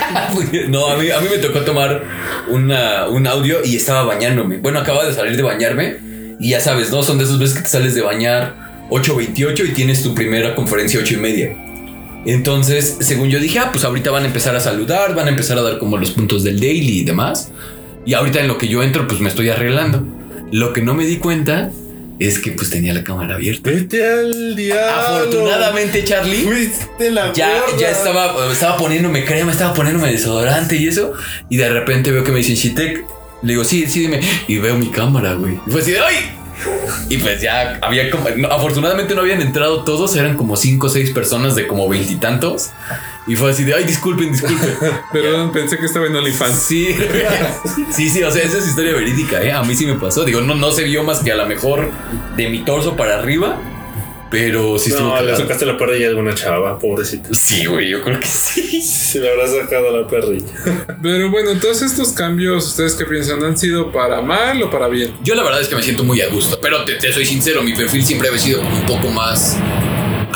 No, a mí, a mí me tocó tomar una, un audio y estaba bañándome. Bueno, acababa de salir de bañarme y ya sabes, ¿no? Son de esas veces que te sales de bañar 8.28 y tienes tu primera conferencia 8 y media. Entonces, según yo dije, ah, pues ahorita van a empezar a saludar, van a empezar a dar como los puntos del daily y demás. Y ahorita en lo que yo entro, pues me estoy arreglando. Lo que no me di cuenta es que pues tenía la cámara abierta.
Vete al diablo.
Afortunadamente, Charlie
Fuiste la
ya,
gorda.
ya estaba, estaba poniéndome crema, estaba poniéndome desodorante y eso. Y de repente veo que me dicen Shitek. Le digo, sí, sí, dime. Y veo mi cámara, güey. Y fue así de, ¡ay! Y pues ya había como. no, afortunadamente no habían entrado todos, eran como cinco o seis personas de como veintitantos. Y, fue así de, ¡ay, disculpen, disculpen!
Perdón, pensé que estaba en OnlyFans.
Sí, sí, sí, o sea, esa es historia verídica, ¿eh? A mí sí me pasó. Digo, no, no se vio más que a lo mejor de mi torso para arriba, pero sí estuvo.
No, le
cagado.
sacaste la perrilla a alguna chava, pobrecita.
Sí, güey, yo creo que sí.
Se le habrá sacado la perrilla.
Pero bueno, todos estos cambios, ¿ustedes qué piensan? ¿Han sido para mal o para bien?
Yo la verdad es que me siento muy a gusto, pero te, te soy sincero, mi perfil siempre había sido como un poco más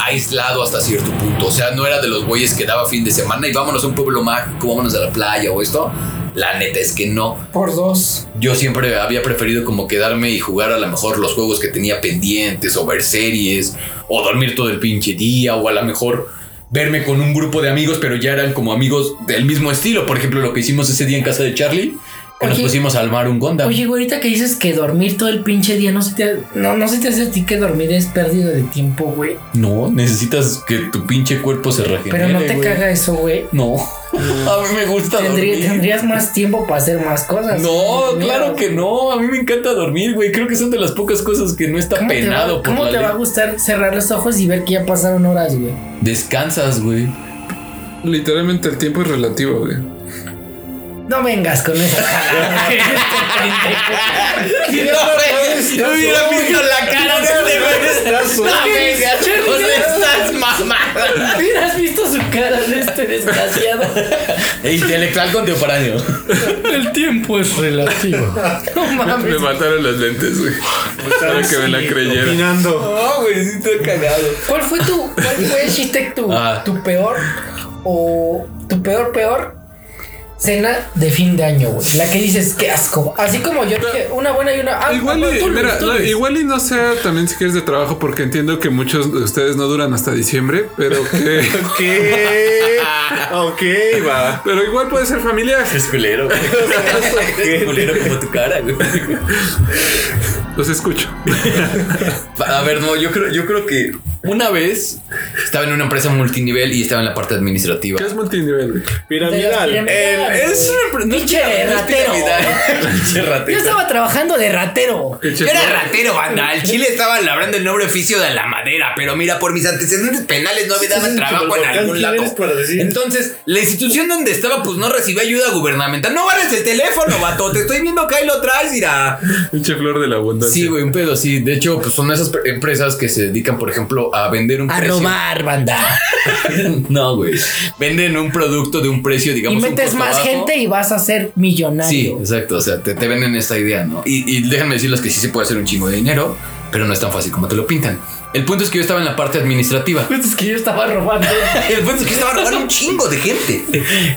aislado hasta cierto punto. O sea, no era de los güeyes que daba fin de semana y vámonos a un pueblo mágico, vámonos a la playa o esto. La neta es que no.
Por dos.
Yo siempre había preferido como quedarme y jugar a lo mejor los juegos que tenía pendientes o ver series o dormir todo el pinche día o a lo mejor verme con un grupo de amigos, pero ya eran como amigos del mismo estilo. Por ejemplo, lo que hicimos ese día en casa de Charlie, que nos
Oye.
pusimos a armar un Gondam.
Oye, güey, ahorita que dices que dormir todo el pinche día no se te, no, no se te hace a ti que dormir es pérdida de tiempo, güey.
No, necesitas que tu pinche cuerpo se regenere.
Pero no te
güey.
caga eso, güey.
No. A mí me gusta
Tendría-
dormir.
tendrías más tiempo para hacer más cosas.
No,
Mira,
claro que no. A mí me encanta dormir, güey. Creo que son de las pocas cosas que no está
¿Cómo te va-
penado por
¿Cómo
la
te va a
ley.
gustar cerrar los ojos y ver que ya pasaron horas, güey?
Descansas, güey.
Literalmente el tiempo es relativo, güey.
No vengas con esas jaladas. eres pendejo.
No,
Yo no puedo
güey, yo hubiera visto la cara de este güey. Ah,
Estás-
No vengas con estas mamadas.
Hubieras visto su cara de este desgraciado.
E Intelectual contemporáneo.
El tiempo es relativo. No
Le
mames.
mataron las lentes, güey. Para que me la creyera.
Opinando.
No, güey, sí estoy cagado.
¿Cuál fue tu, cuál fue el chiste tu,
Ah.
tu peor o tu peor peor cena de fin de año, güey? La que dices qué asco. Así como yo dije una buena y una. Ah,
Igual
bueno,
y,
tú, Luis,
mira,
tú,
no,
Luis.
igual y no sea también si quieres de trabajo, porque entiendo que muchos de ustedes no duran hasta diciembre, pero que.
Ok. Ok, va.
Pero igual puede ser familiar.
Es culero, güey. Es culero como tu cara, güey.
Los escucho.
A ver, no, yo creo, yo creo que una vez estaba en una empresa multinivel y estaba en la parte administrativa.
¿Qué es multinivel, güey?
Piramidal.
El- es una empre- no es
Pinche
piramidal, no es
ratero.
piramidal. Pinche
Yo
ratero.
estaba trabajando de ratero.
Yo era ratero, banda. El Chile estaba labrando el noble oficio de la madera, pero mira, por mis antecedentes penales no me daban
Sí,
trabajo en
pero
algún
¿quién eres
lado.
para decir?
Entonces, la institución donde estaba, pues no recibía ayuda gubernamental. No vales el teléfono, vato. Te estoy viendo que ahí lo traes, mira.
Pinche flor de la abundancia.
Sí, güey, un pedo, sí. De hecho, pues son esas pre- empresas que se dedican, por ejemplo, a vender un
A
precio.
robar, banda.
no, güey. Venden un producto de un precio, digamos.
Y
un
metes
costo
más
bajo.
gente y vas a ser
Sí,
millonario.
exacto. O sea, te, te venden esta idea, ¿no? Y, y déjenme decirles que sí se puede hacer un chingo de dinero, pero no es tan fácil como te lo pintan. El punto es que yo estaba en la parte administrativa.
Es que yo estaba robando.
El punto es que estaba robando un chingo de gente.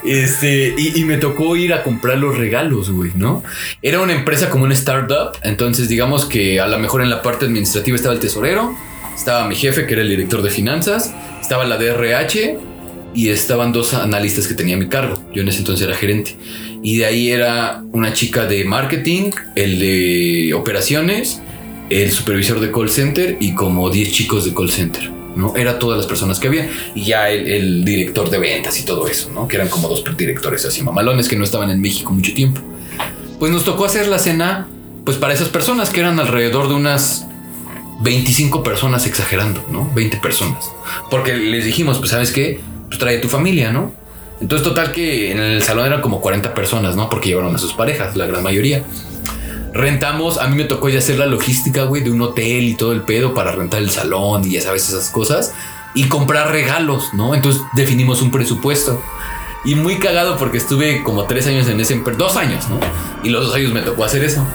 Este, y, y me tocó ir a comprar los regalos, güey, ¿no? Era una empresa como una startup, entonces digamos que a lo mejor en la parte administrativa estaba el tesorero, estaba mi jefe, que era el director de finanzas, estaba la DRH y estaban dos analistas que tenía a mi cargo. Yo en ese entonces era gerente. Y de ahí era una chica de marketing, el de operaciones, el supervisor de call center y como 10 chicos de call center. ¿no? Era todas las personas que había y ya el, el director de ventas y todo eso, ¿no? que eran como dos directores así mamalones que no estaban en México mucho tiempo. Pues nos tocó hacer la cena pues para esas personas que eran alrededor de unas 25 personas exagerando, ¿no? 20 personas. Porque les dijimos, pues sabes qué, pues trae a tu familia, ¿no? Entonces total que en el salón eran como 40 personas, ¿no? Porque llevaron a sus parejas, la gran mayoría. Rentamos, a mí me tocó ya hacer la logística, güey, de un hotel y todo el pedo para rentar el salón y ya sabes esas cosas. Y comprar regalos, ¿no? Entonces definimos un presupuesto. Y muy cagado porque estuve como tres años en ese... emper- Dos años, ¿no? Y los dos años me tocó hacer eso.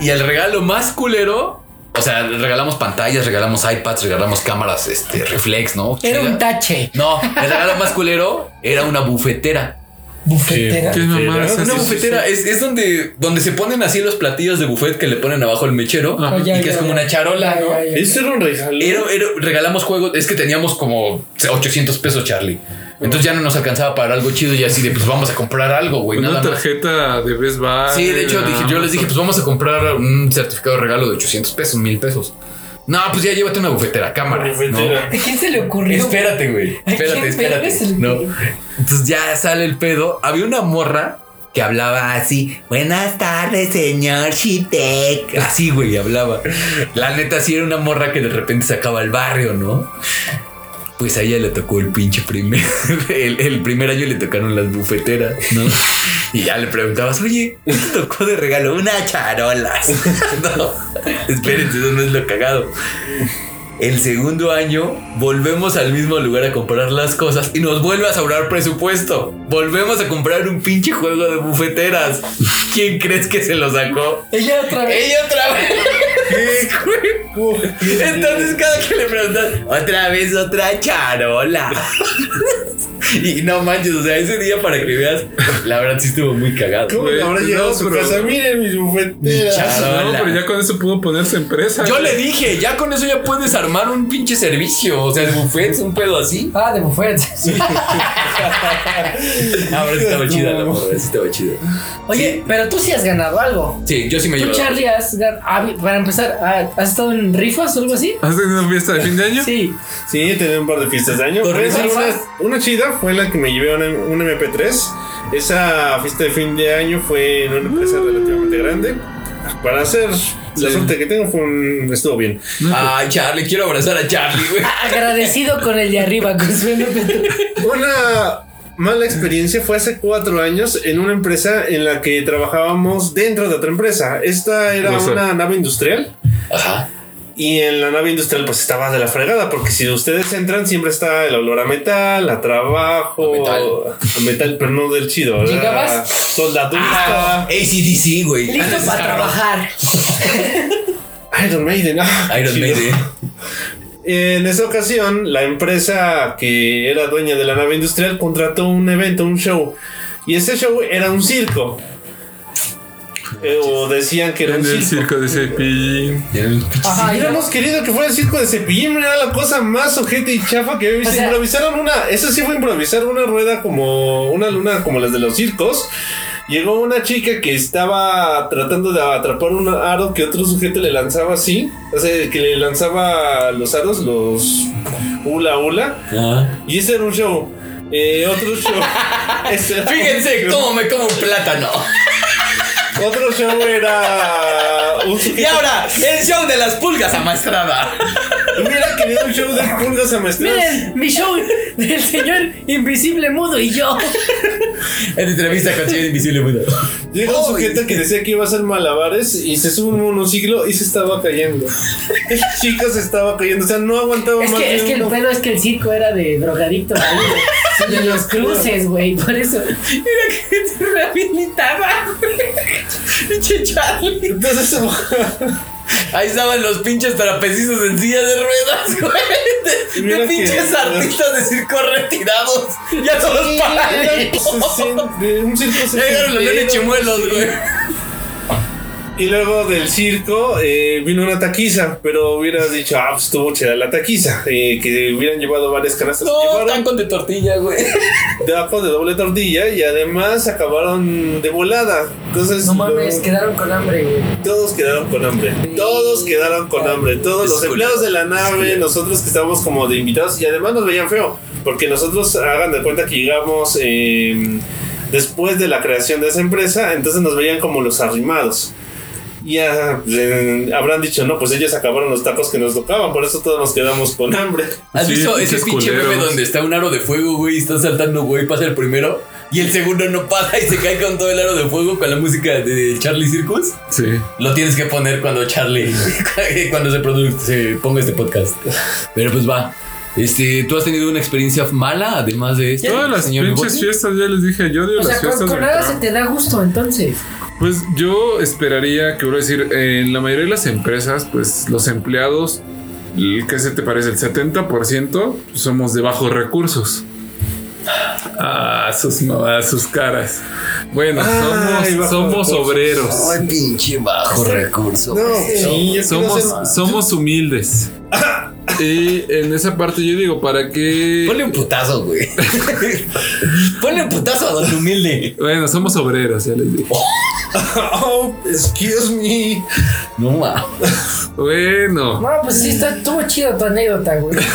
Y el regalo más culero... O sea, regalamos pantallas, regalamos iPads, regalamos cámaras, este, reflex, ¿no?
Era un
Chida.
tache.
No, el regalo más culero era una bufetera.
Bufetera.
¿Qué mamadas
Ah, Sí,
es
Una
eso?
bufetera es, es donde, donde se ponen así los platillos de buffet que le ponen abajo el mechero
Ajá.
y
Oh, Ya,
que
ya,
es como
ya.
una charola,
Ya,
¿no?
ya, ya.
Eso era un regalo.
Era- era- regalamos juegos, es que teníamos como 800 pesos, Charlie. Entonces ya no nos alcanzaba para algo chido y así de pues vamos a comprar algo, güey.
Pues
Una
Nada más.
tarjeta de Best Buy.
Sí, de hecho, dije- yo les dije, pues vamos a comprar un certificado de regalo de 800 pesos, 1000 pesos. No, pues ya llévate una bufetera, cámara. ¿no?
Bufetera.
¿A quién se le ocurrió?
Espérate, güey.
Ay,
Espérate,
qué
espérate.
pedo es el-
No. Entonces ya sale el pedo. Había una morra que hablaba así. Buenas tardes, señor Shitek. Así, güey, hablaba. La neta, sí era una morra que de repente sacaba al barrio, ¿no? Pues a ella le tocó el pinche primer. El, el primer año le tocaron las bufeteras, ¿no? Y ya le preguntabas, oye, ¿qué te tocó de regalo? Una charolas. no, espérense, eso no es lo cagado. El segundo año volvemos al mismo lugar a comprar las cosas y nos vuelve a sobrar presupuesto. Volvemos a comprar un pinche juego de bufeteras. ¿Quién crees que se lo sacó?
Ella otra vez.
Ella otra vez. güey. Entonces cada que le preguntas, otra vez otra charola. Y no manches, o sea, ese día para que veas, la verdad sí estuvo muy cagado.
¿Cómo
Güey,
habrá
no,
llegado a su
pero-
casa? Miren mis
Ya,
bufeteras.
No,
sola.
pero ya con eso pudo ponerse empresa.
Yo
güey.
le dije, ya con eso ya puedes armar un pinche servicio, o sea, el buffet, un pedo así.
Ah, de buffet.
Ah, Ahora estaba chida la morra, sí estaba chida.
Oye, pero tú sí has ganado algo.
Sí, yo sí me
Tú,
llevo.
Charlie, has ganado. para empezar, ah, ¿has estado en rifas o algo así?
¿Has tenido fiesta de fin de año?
Sí.
Sí, tenía un par de fiestas de año.
Con
Voy a decir
rifas.
una, una chida fue la que me llevé a una, un MP3. Esa fiesta de fin de año fue en una empresa relativamente grande. Para hacer la suerte que tengo, fue un- estuvo bien.
Ay, Ah, Charlie, quiero Ah. abrazar a Charlie, güey.
Agradecido con el de arriba, con su MP3.
Una mala experiencia fue hace cuatro años en una empresa en la que trabajábamos dentro de otra empresa. Esta era
Lo sé.
una nave industrial
Ajá.
y en la nave industrial pues estaba de la fregada porque si ustedes entran siempre está el olor a metal, a trabajo,
A metal.
a metal, pero no del chido. ¿verdad?
Llegabas-
Soldadura.
Ah, ACDC, güey.
Listo
Antes
para
estaba-
trabajar.
Iron Maiden. ah,
Iron
chido.
Maiden.
En esa ocasión, la empresa que era dueña de la nave industrial contrató un evento, un show. Y ese show era un circo. Eh, o decían que era
En
un
el
circo.
circo de Cepillín.
Tienen un pinche-
Ajá, y
Hubiéramos querido que fuera el circo de Cepillín, era la cosa más ojete y chafa que he visto.
O sea-
improvisaron una, eso sí fue improvisar una rueda como una luna como las de los circos. Llegó una chica que estaba tratando de atrapar un aro que otro sujeto le lanzaba así, o sea, que le lanzaba los aros, los hula hula.
Ajá.
Y ese era un show. Eh, otro show. Ese era un
Fíjense
show.
cómo me como un plátano.
Otro show era. Un
Y ahora, el show de las pulgas amaestrada.
Hubiera querido un show de pulgas amaestradas.
Miren, mi show del señor invisible mudo y yo.
En entrevista con Señor Invisible Mundo.
Llega un sujeto que decía que iba a hacer malabares y se sube un monociclo y se estaba cayendo. Esa chica se estaba cayendo, o sea, no aguantaba
Es
más.
que,
de
es que el
uno.
pedo es que el circo era de drogadictos güey. De los cruces, güey. Por eso. Mira que te rehabilitaba. Pinche Charlie.
Entonces,
Ahí estaban los pinches trapecistas en silla de ruedas, güey. De, de
Mira
pinches
que-
artistas de circo retirados. Ya todos
sí, era
paralíticos.
sesen- de un circo
Ya Llegaron los leones
sesentero.
chimuelos, güey.
Y luego del circo eh, vino una taquiza, pero hubieras dicho, ah, pues estuvo chida la taquiza, eh, que hubieran llevado varias canastas.
No,
Llevaron
tacos de tortilla, güey.
tacos de doble tortilla y además acabaron de volada. Entonces,
No mames,
lo-
quedaron con hambre, güey.
todos quedaron con hambre. Todos quedaron con hambre. Todos
Es
los
culero.
empleados de la
Es
nave,
culero.
nosotros que estábamos como de invitados y además nos veían feo, porque nosotros hagan de cuenta que llegamos eh, después de la creación de esa empresa, entonces nos veían como los arrimados. Ya eh, habrán dicho, no, pues ellos acabaron los tacos que nos tocaban, por eso todos nos quedamos con hambre.
¿Has
Sí,
visto ese
pinches
pinche meme
culeros.
donde está un aro de fuego, güey? Y está saltando, güey, pasa el primero. Y el segundo no pasa y se cae con todo el aro de fuego con la música de Charlie Circus.
Sí.
Lo tienes que poner cuando Charlie, cuando se, produ- se ponga este podcast. Pero pues va. Este, ¿Tú has tenido una experiencia mala además de esto?
Todas las
señor
pinches
Bigote?
fiestas, ya les dije, yo odio
O sea,
las
con,
fiestas.
con
del
nada
trabajo.
se te da gusto, entonces.
Pues yo esperaría que, voy a decir, en la mayoría de las empresas, pues los empleados, el- ¿qué se te parece? El 70% somos de bajos recursos. Ah, sus, mamadas, sus caras. Bueno,
Ay,
somos,
bajos
somos
recursos.
obreros.
Ay, pinche bajo recurso.
No, sí, yo quiero
Somos,
ser-
somos humildes. Y en esa parte yo digo, ¿para
Ponle
qué?
un putazo, güey. Ponle un putazo a Don Humilde.
Bueno, somos obreros, ya les dije.
Oh, excuse me.
No, ma.
Bueno.
No, pues sí, está, estuvo chido tu anécdota, güey.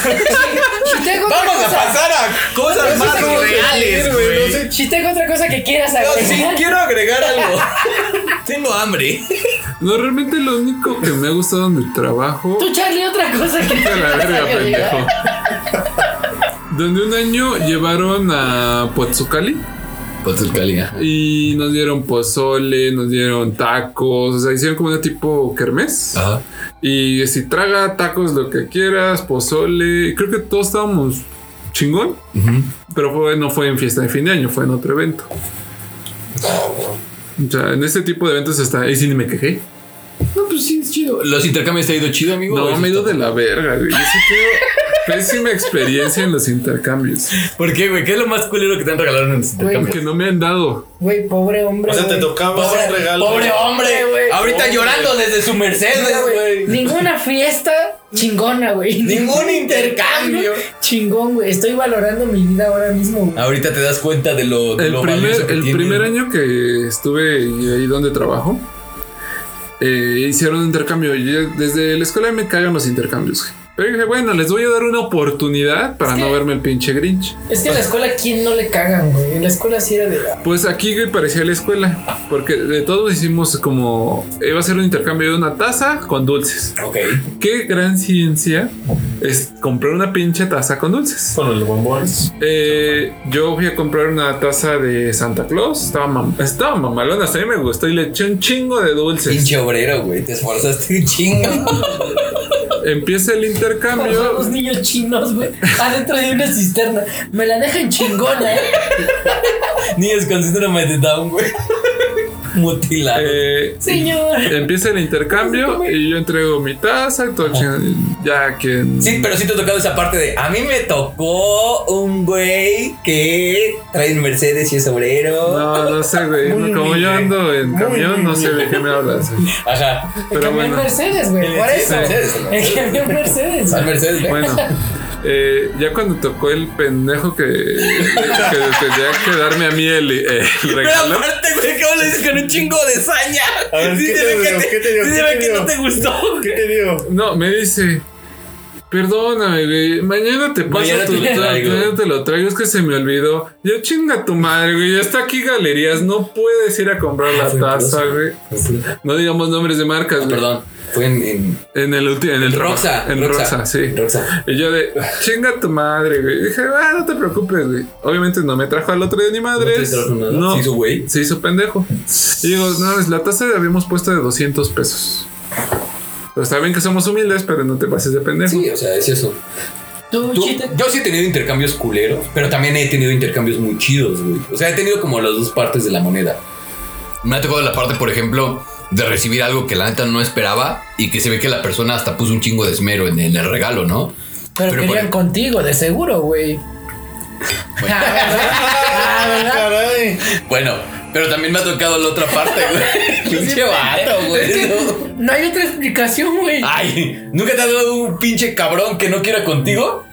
Si, si tengo otra
Vamos a
cosa-
pasar a cosas
Eso
más
es algo
reales,
decir, güey,
güey.
no sé.
Si tengo otra cosa que quieras
No, sí,
agregar.
quiero agregar algo. Tengo hambre.
No, realmente lo único que me ha gustado en mi trabajo.
Tú, Charlie, otra cosa que
Vete a la
quieras
verga,
agregar.
pendejo. Donde un año llevaron a Pozzucali
Potzulcali, ajá.
y nos dieron pozole, nos dieron tacos, o sea, hicieron como una tipo kermés.
Ajá.
Y si traga tacos lo que quieras, pozole, y creo que todos estábamos chingón,
Ujú.
pero fue- no fue en fiesta de fin de año, fue en otro evento. O sea, en este tipo de eventos está, y sí ni me quejé.
No, pues sí, es chido. ¿Los intercambios te ha ido chido, amigo?
No,
¿O
me he ido
está-
de la verga, güey. Yo sí tengo pésima experiencia en los intercambios.
¿Por qué, güey? ¿Qué es lo más culero que te han regalado en los intercambios?
Que no me han dado.
Güey, pobre hombre.
O sea, te
güey.
tocaba
Pobre,
un regalo.
pobre hombre,
güey.
Ahorita
Pobre.
llorando desde su Mercedes, güey.
Ninguna fiesta chingona, güey.
Ningún intercambio. Ah.
Chingón, güey. Estoy valorando mi vida ahora mismo. güey.
Ahorita te das cuenta de lo, de
El,
lo valioso
primer,
que
el
tiene.
primer año que estuve ahí donde trabajo, eh, hicieron un intercambio. Y yo- desde la escuela me cagan los intercambios. güey. Pero dije, bueno, les voy a dar una oportunidad para
Es
no
que-
verme el pinche Grinch.
Es que en la escuela, ¿quién no le cagan, güey? En la escuela sí era de. "Ah,
Pues aquí, güey, parecía la escuela. Porque de todos hicimos como. Iba a ser un intercambio de una taza con dulces.
Ok.
Qué gran ciencia es comprar una pinche taza con dulces.
Con los bombones.
Eh, yo fui a comprar una taza de Santa Claus. Estaba, mam estaba mamalona, hasta a mí me gustó y le eché un chingo de dulces.
Pinche obrero, güey. Te esforzaste un chingo.
Empieza el intercambio.
Los niños chinos, güey. Adentro de una cisterna. Me la dejan chingona, ¿eh?
Niños con síndrome de Down, güey. Mutilado.
eh,
Señor.
Empieza el intercambio y yo entrego mi taza. todo chin- Ya que.
Sí, pero sí te ha tocado esa parte de. A mí me tocó un güey que trae un Mercedes y es obrero.
No, no sé, güey.
Muy
Como
humilde.
yo ando en
Muy,
camión,
muy
no sé de
humilde.
qué me hablas. güey.
Ajá.
Pero
el camión
bueno,
Mercedes, güey. Por eso.
Mercedes, ¿no?
El camión Mercedes.
Al Mercedes, güey.
bueno. eh, ya cuando tocó el pendejo que, que tenía que darme a mí el, el
Pero
regalo.
aparte, güey, ¿cómo le dices con un chingo de saña?
A ver,
Sí
¿qué
se
te
ve
digo?
que te-
¿Qué te digo?
sí se
¿Qué
ve
te
que
digo?
no te gustó.
¿Qué te digo?
No, me dice. Perdóname, güey. Mañana te paso
Mañana
tu.
te lo
tu-
traigo".
mañana te lo traigo. Es que se me olvidó. Ya chinga tu madre, güey. Ya está aquí galerías. No puedes ir a comprar la
fue
taza,
incluso.
güey. No digamos nombres de marcas, güey.
Ah, Perdón. Fue en. en-
En el ulti- en el
Roxa,
En
Roxa.
Roxa, sí.
Roxa.
Y yo de chinga tu madre, güey. Dije, ah, no te preocupes, güey. Obviamente no me trajo al otro día ni madre.
te trajo nada.
No.
¿Se hizo güey?
Se hizo pendejo. Y digo, no, es la tasa la habíamos puesto de 200 pesos. Pero está bien que somos humildes, pero no te pases de pendejo.
Sí, o sea, es eso.
Tú,
Tú-
chiste.
yo sí he tenido intercambios culeros, pero también he tenido intercambios muy chidos, güey. O sea, he tenido como las dos partes de la moneda. Me ha tocado la parte, por ejemplo, de recibir algo que la neta no esperaba y que se ve que la persona hasta puso un chingo de esmero en, en el regalo, ¿no?
Pero,
Pero
querían
por-
contigo, de seguro, güey.
Bueno.
Ah, ¿verdad? Ah, ¿verdad?
Caray.
Bueno, pero también me ha tocado la otra parte, güey. Pinche vato, güey. ¿no? Ah.
No hay otra explicación, güey.
Ay, ¿nunca te ha dado un pinche cabrón que no quiera contigo?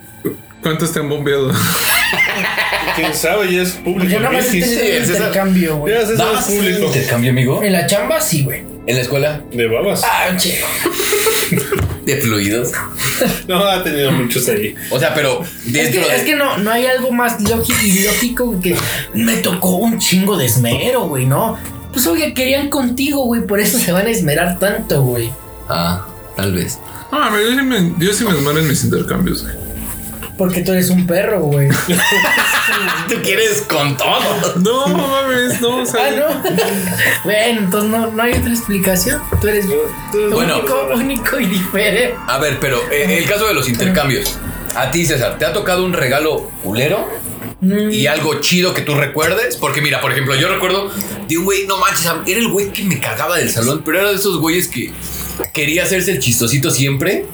¿Cuánto está bombeado?
¿Quién sabe? Ya es público.
Yo nada más he
Luis.
tenido
Sí,
un
es esa-
intercambio, güey.
Ya, es esa
¿Dabas
es público.
intercambio, amigo?
En la chamba, sí, güey.
¿En la escuela?
De babas.
Ah, che.
De fluidos.
No, ha tenido muchos ahí.
O sea, pero
Es
dentro
que,
de...
es que no, no hay algo más lógico ilógico que me tocó un chingo de esmero, güey, ¿no? Pues oye, querían contigo, güey, por eso se van a esmerar tanto, güey.
Ah, tal vez.
Ah, pero yo sí me, yo sí me esmero en mis intercambios. güey.
Porque tú eres un perro, güey.
Tú quieres con todo.
No, mames, no. O sea,
ah, no. bueno, entonces no, no hay otra explicación. Tú eres
Bueno.
único,
ah,
único y diferente.
A ver, pero eh, el caso de los intercambios. A ti, César, ¿te ha tocado un regalo culero?
Mm.
Y algo chido que tú recuerdes. Porque mira, por ejemplo, yo recuerdo de un güey, no manches, era el güey que me cagaba del salón, pero era de esos güeyes que quería hacerse el chistosito siempre.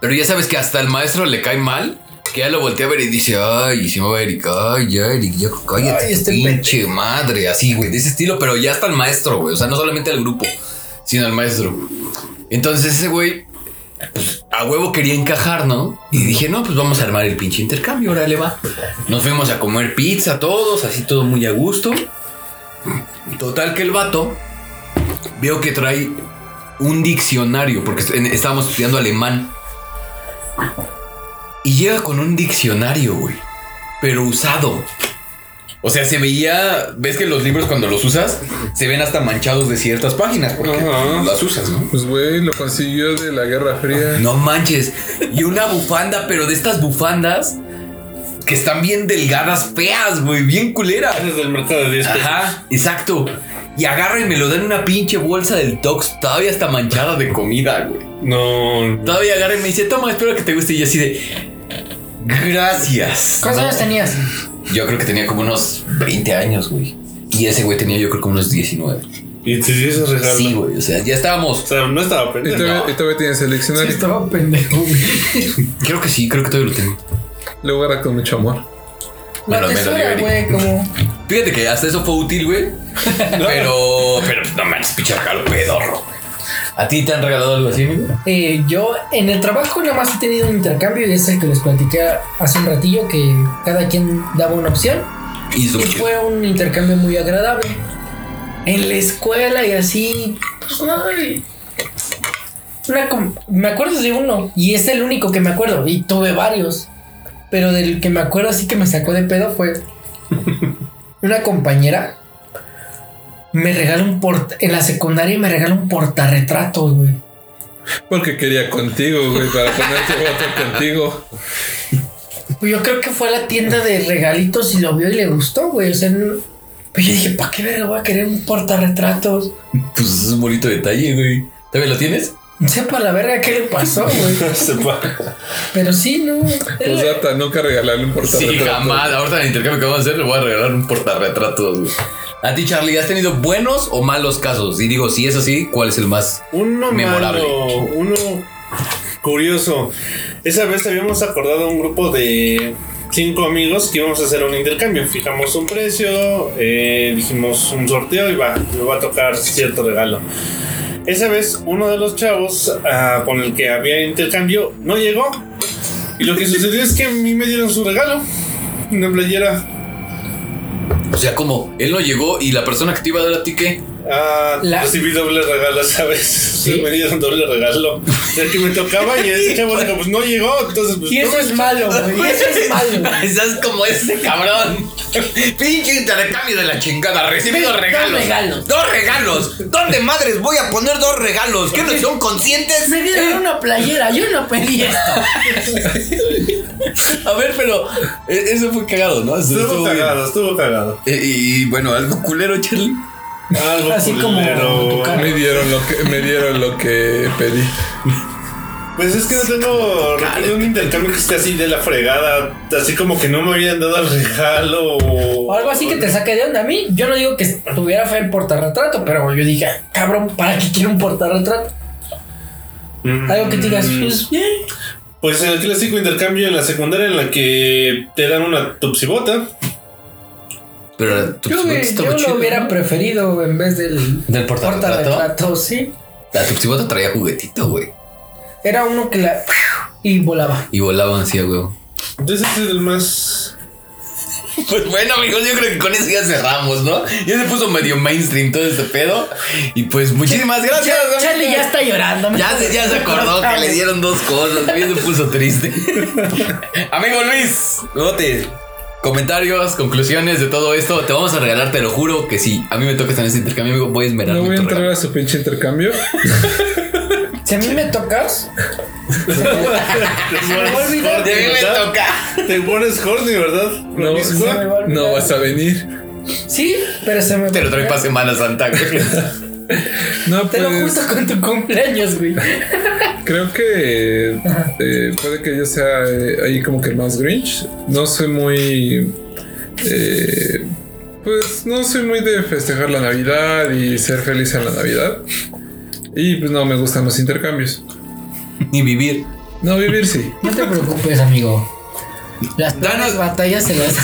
Pero ya sabes que hasta el maestro le cae mal. Que ya lo voltea a ver y dice, ay, y se va Eric, ay, ya, Eric, ya cállate,
Ay, este
pinche madre, así, güey, de ese estilo, pero ya hasta el maestro, güey, o sea, no solamente al grupo, sino al maestro. Entonces ese güey, pues a huevo quería encajar, ¿no? Y dije, no, pues vamos a armar el pinche intercambio, órale va. Nos fuimos a comer pizza todos, así todo muy a gusto. Total que el vato, veo que trae un diccionario, porque en- estábamos estudiando alemán. Y llega con un diccionario, güey. Pero usado. O sea, se veía. ¿Ves que los libros cuando los usas se ven hasta manchados de ciertas páginas? Porque
Ajá.
las usas, ¿no?
Pues, güey, lo consiguió de la Guerra Fría.
No manches. Y una bufanda, pero de estas bufandas que están bien delgadas, feas, güey, bien culeras.
Desde el mercado de 10 pesos.
Ajá, exacto. Y agarra y me lo dan en una pinche bolsa del Tox, todavía está manchada de comida, güey.
No.
Todavía agarra y me dice, toma, espero que te guste. Y yo así de. Gracias.
¿Cuántos años tenías?
Yo creo que tenía como unos 20 años, güey. Y ese güey tenía yo creo que unos 19.
Y te dices regalo.
Sí, güey. O sea, ya
O
estábamos.
sea, no estaba
Ah,
Y
pendiente.
todavía, y todavía tienes el diccionario.
estaba pendejo, güey.
Creo que sí, creo que todavía lo tengo.
Lo guarda con mucho amor.
Bueno,
La
me lo dio
tesora,
Eric.
güey, como.
Fíjate que hasta eso fue útil, güey. Pero. Pero no manches, pinche regalo pedorro, güey. ¿A ti te han regalado algo así, amigo?
Eh, yo en el trabajo nada más he tenido un intercambio y es el que les platiqué hace un ratillo que cada quien daba una opción
Y su
y fue un intercambio muy agradable. En la escuela y así, pues no, y- una com- me acuerdo de uno y es el único que me acuerdo y tuve varios, pero del que me acuerdo así que me sacó de pedo fue una compañera me regala un porta en la secundaria me regala un portarretratos, güey.
Porque quería contigo, güey, para ponerte voto contigo.
Pues Yo creo que fue a la tienda de regalitos y lo vio y le gustó, güey. O sea, no- pues yo dije, ¿para qué verga voy a querer un portarretratos?
Pues es un bonito detalle, güey. ¿También lo tienes?
Sepa la verga qué le pasó, güey.
Sepa.
Pero sí, no.
Pues data, nunca regalarle un portarretrato.
Sí, jamás. Ahorita en el intercambio que vamos a hacer, le voy a regalar un portarretratos, güey. A ti, Charlie, ¿has tenido buenos o malos casos? Y digo, si es así, ¿cuál es el más?
Uno
Memorable.
malo, uno curioso. Esa vez habíamos acordado un grupo de cinco amigos que íbamos a hacer un intercambio. Fijamos un precio, eh, dijimos un sorteo y va, me va a tocar cierto regalo. Esa vez uno de los chavos ah, con el que había intercambio no llegó. Y lo que sucedió es que a mí me dieron su regalo. Una playera.
O sea, como él no llegó y la persona que te iba a dar a ti, ¿qué?
Ah,
La-
Recibí doble regalo, ¿sabes?
¿Sí?
Me dieron doble regalo. El que me tocaba y ese chavo dijo, pues no llegó, entonces pues
Y
no
eso
me-
es malo, güey. Eso es malo. güey.
Estás como ese cabrón. Pinche intercambio de la chingada. Recibí dos
Dos
regalos.
regalos.
Dos regalos. ¿Dónde madres voy a poner dos regalos? ¿Qué no son conscientes?
Me dieron una playera, yo no pedí esto.
A ver, pero eh, eso fue cagado, ¿no? Eso
Estuvo
estuvo bien.
cagado, estuvo cagado.
Eh, Y, bueno, algo culero, Charlie.
Algo
Así como
culero.
tu cara.
Me dieron lo que, me dieron lo que pedí.
Pues es que no tengo recuerdo un intercambio que esté así de la fregada. Así como que no me habían dado el regalo.
O algo así que te saque de onda. A mí, yo no digo que tuviera fe el portarretrato, pero yo dije, "Ah, cabrón, ¿para qué quiero un portarretrato?
Mm,
Algo que te digas, pues bien.
Pues el clásico intercambio en la secundaria en la que te dan una tupsibota.
Pero tu
Yo,
Tupsibota
me-
pues, estaba
yo
chido,
lo hubiera
¿no?
preferido en vez del
¿Del portarretrato?
portarretrato, sí.
La Tupsibota traía juguetito, güey.
Era uno que la. y volaba.
Y volaban así, güey.
Entonces ese es el más.
Pues bueno, amigos, yo creo que con eso ya cerramos, ¿no? Ya se puso medio mainstream todo este pedo. Y pues muchísimas gracias.
Cha-
amigos.
Charlie ya está llorando.
Ya se, ya se acordó que le dieron dos cosas. Bien se puso triste. Amigo Luis, te Comentarios, conclusiones de todo esto. Te vamos a regalar, te lo juro que sí. A mí me toca estar en este intercambio, amigo. Voy a esmerar
No
mi
voy a
tu
entrar
regalo.
a su pinche intercambio.
Si a mí me tocas,
Te pones
olvidar.
horny,
De mí me
¿verdad?
toca.
Te pones horny, ¿verdad?
No,
Francisco?
no vas a venir.
sí, pero se me.
Te lo trae para Semana Santa, güey.
No,
Te lo
pues
justo con tu cumpleaños, güey.
creo que eh, puede que yo sea eh, ahí como que el más Grinch. No soy muy. eh, pues no soy muy de festejar la Navidad y ser feliz en la Navidad. Y pues no me gustan los intercambios.
Ni vivir.
No, vivir sí.
No te preocupes, amigo. Las
Danos-
peores batallas se las.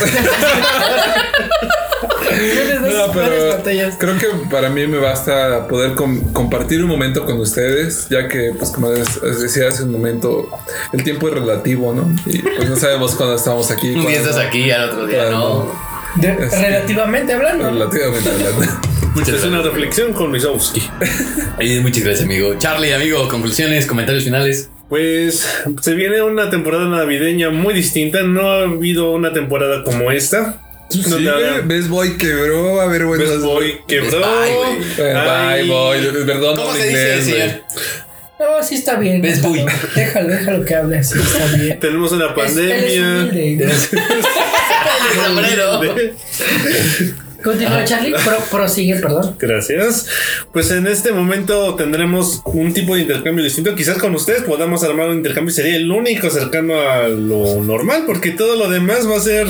Tienes dos
No,
peores
pero
batallas.
creo que para mí me basta poder com- compartir un momento con ustedes, ya que, pues como les les decía hace un momento, el tiempo es relativo, ¿no? Y pues no sabemos cuándo estamos aquí.
Un día
cuándo
estás
no.
aquí, al otro día no.
De-
Este-
relativamente hablando.
Relativamente hablando.
Muchas
Es una
gracias.
reflexión con Misowski.
Eh, muchas gracias, amigo. Charlie, amigo, conclusiones, comentarios finales.
Pues se viene una temporada navideña muy distinta. No ha habido una temporada como esta. No
Sí, Pues,
te hagan-
Best Boy quebró, a ver, bueno.
Best Boy quebró.
Best Boy, güey.
Pues, Bye,
Ay.
boy. Perdón,
¿Cómo
por
se dice,
inglés, güey.
señor?
No, sí está bien.
Ves,
déjalo.
voy.
Déjalo, déjalo que hable. Sí está bien.
Tenemos una
Es- él es
pandemia.
humilde.
El sombrero.
Continúa, Charlie. Pro- prosigue, perdón.
Gracias. Pues en este momento tendremos un tipo de intercambio distinto. Quizás con ustedes podamos armar un intercambio. Sería el único cercano a lo normal, porque todo lo demás va a ser.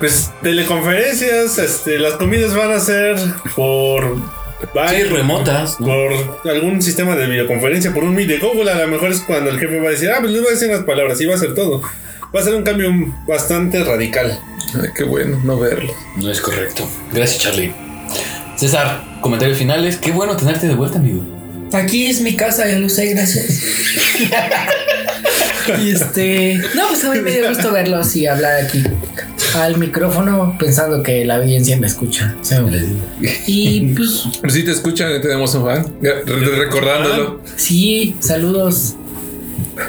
Pues teleconferencias, este, las comidas van a ser por.
Sí,
Vine,
remotas. ¿no?
por algún sistema de videoconferencia, por un Meet de Google, a lo mejor es cuando el jefe va a decir, ah, pues les voy a decir unas palabras y va a ser todo. Va a ser un cambio bastante radical.
Ay, qué bueno no verlo.
No es correcto. Gracias, Charlie. César, comentarios finales. Qué bueno tenerte de vuelta, amigo.
Aquí es mi casa, ya lo sé, gracias. y este. No, pues a mí me dio gusto verlos y hablar aquí. al micrófono pensando que la audiencia me escucha. seguro. Y pues
Si te escuchan, tenemos un fan. Re- recordándolo.
sí, saludos.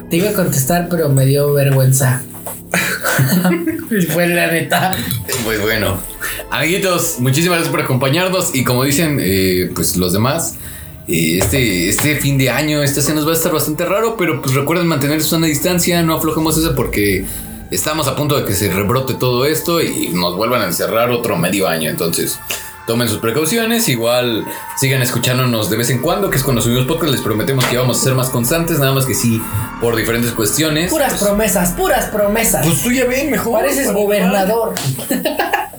Te iba a contestar, pero me dio vergüenza. Fue la neta.
Pues bueno, amiguitos, muchísimas gracias por acompañarnos y como dicen eh, pues los demás, eh, este, este fin de año, este se nos va a estar bastante raro, pero pues recuerden mantener su sana distancia, no aflojemos eso porque estamos a punto de que se rebrote todo esto y nos vuelvan a encerrar otro medio año, entonces... Tomen sus precauciones, igual sigan escuchándonos de vez en cuando, que es cuando subimos podcast, les prometemos que vamos a ser más constantes, nada más que sí, por diferentes cuestiones.
Puras promesas, puras promesas.
Pues tú ya ven, mejor.
Pareces gobernador.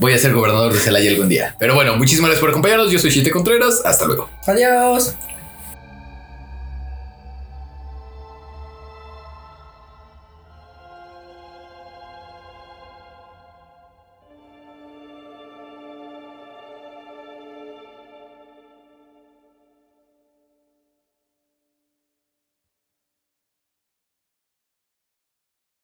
Voy a ser gobernador de Celaya algún día. Pero bueno, muchísimas gracias por acompañarnos. Yo soy Chite Contreras. Hasta luego.
Adiós.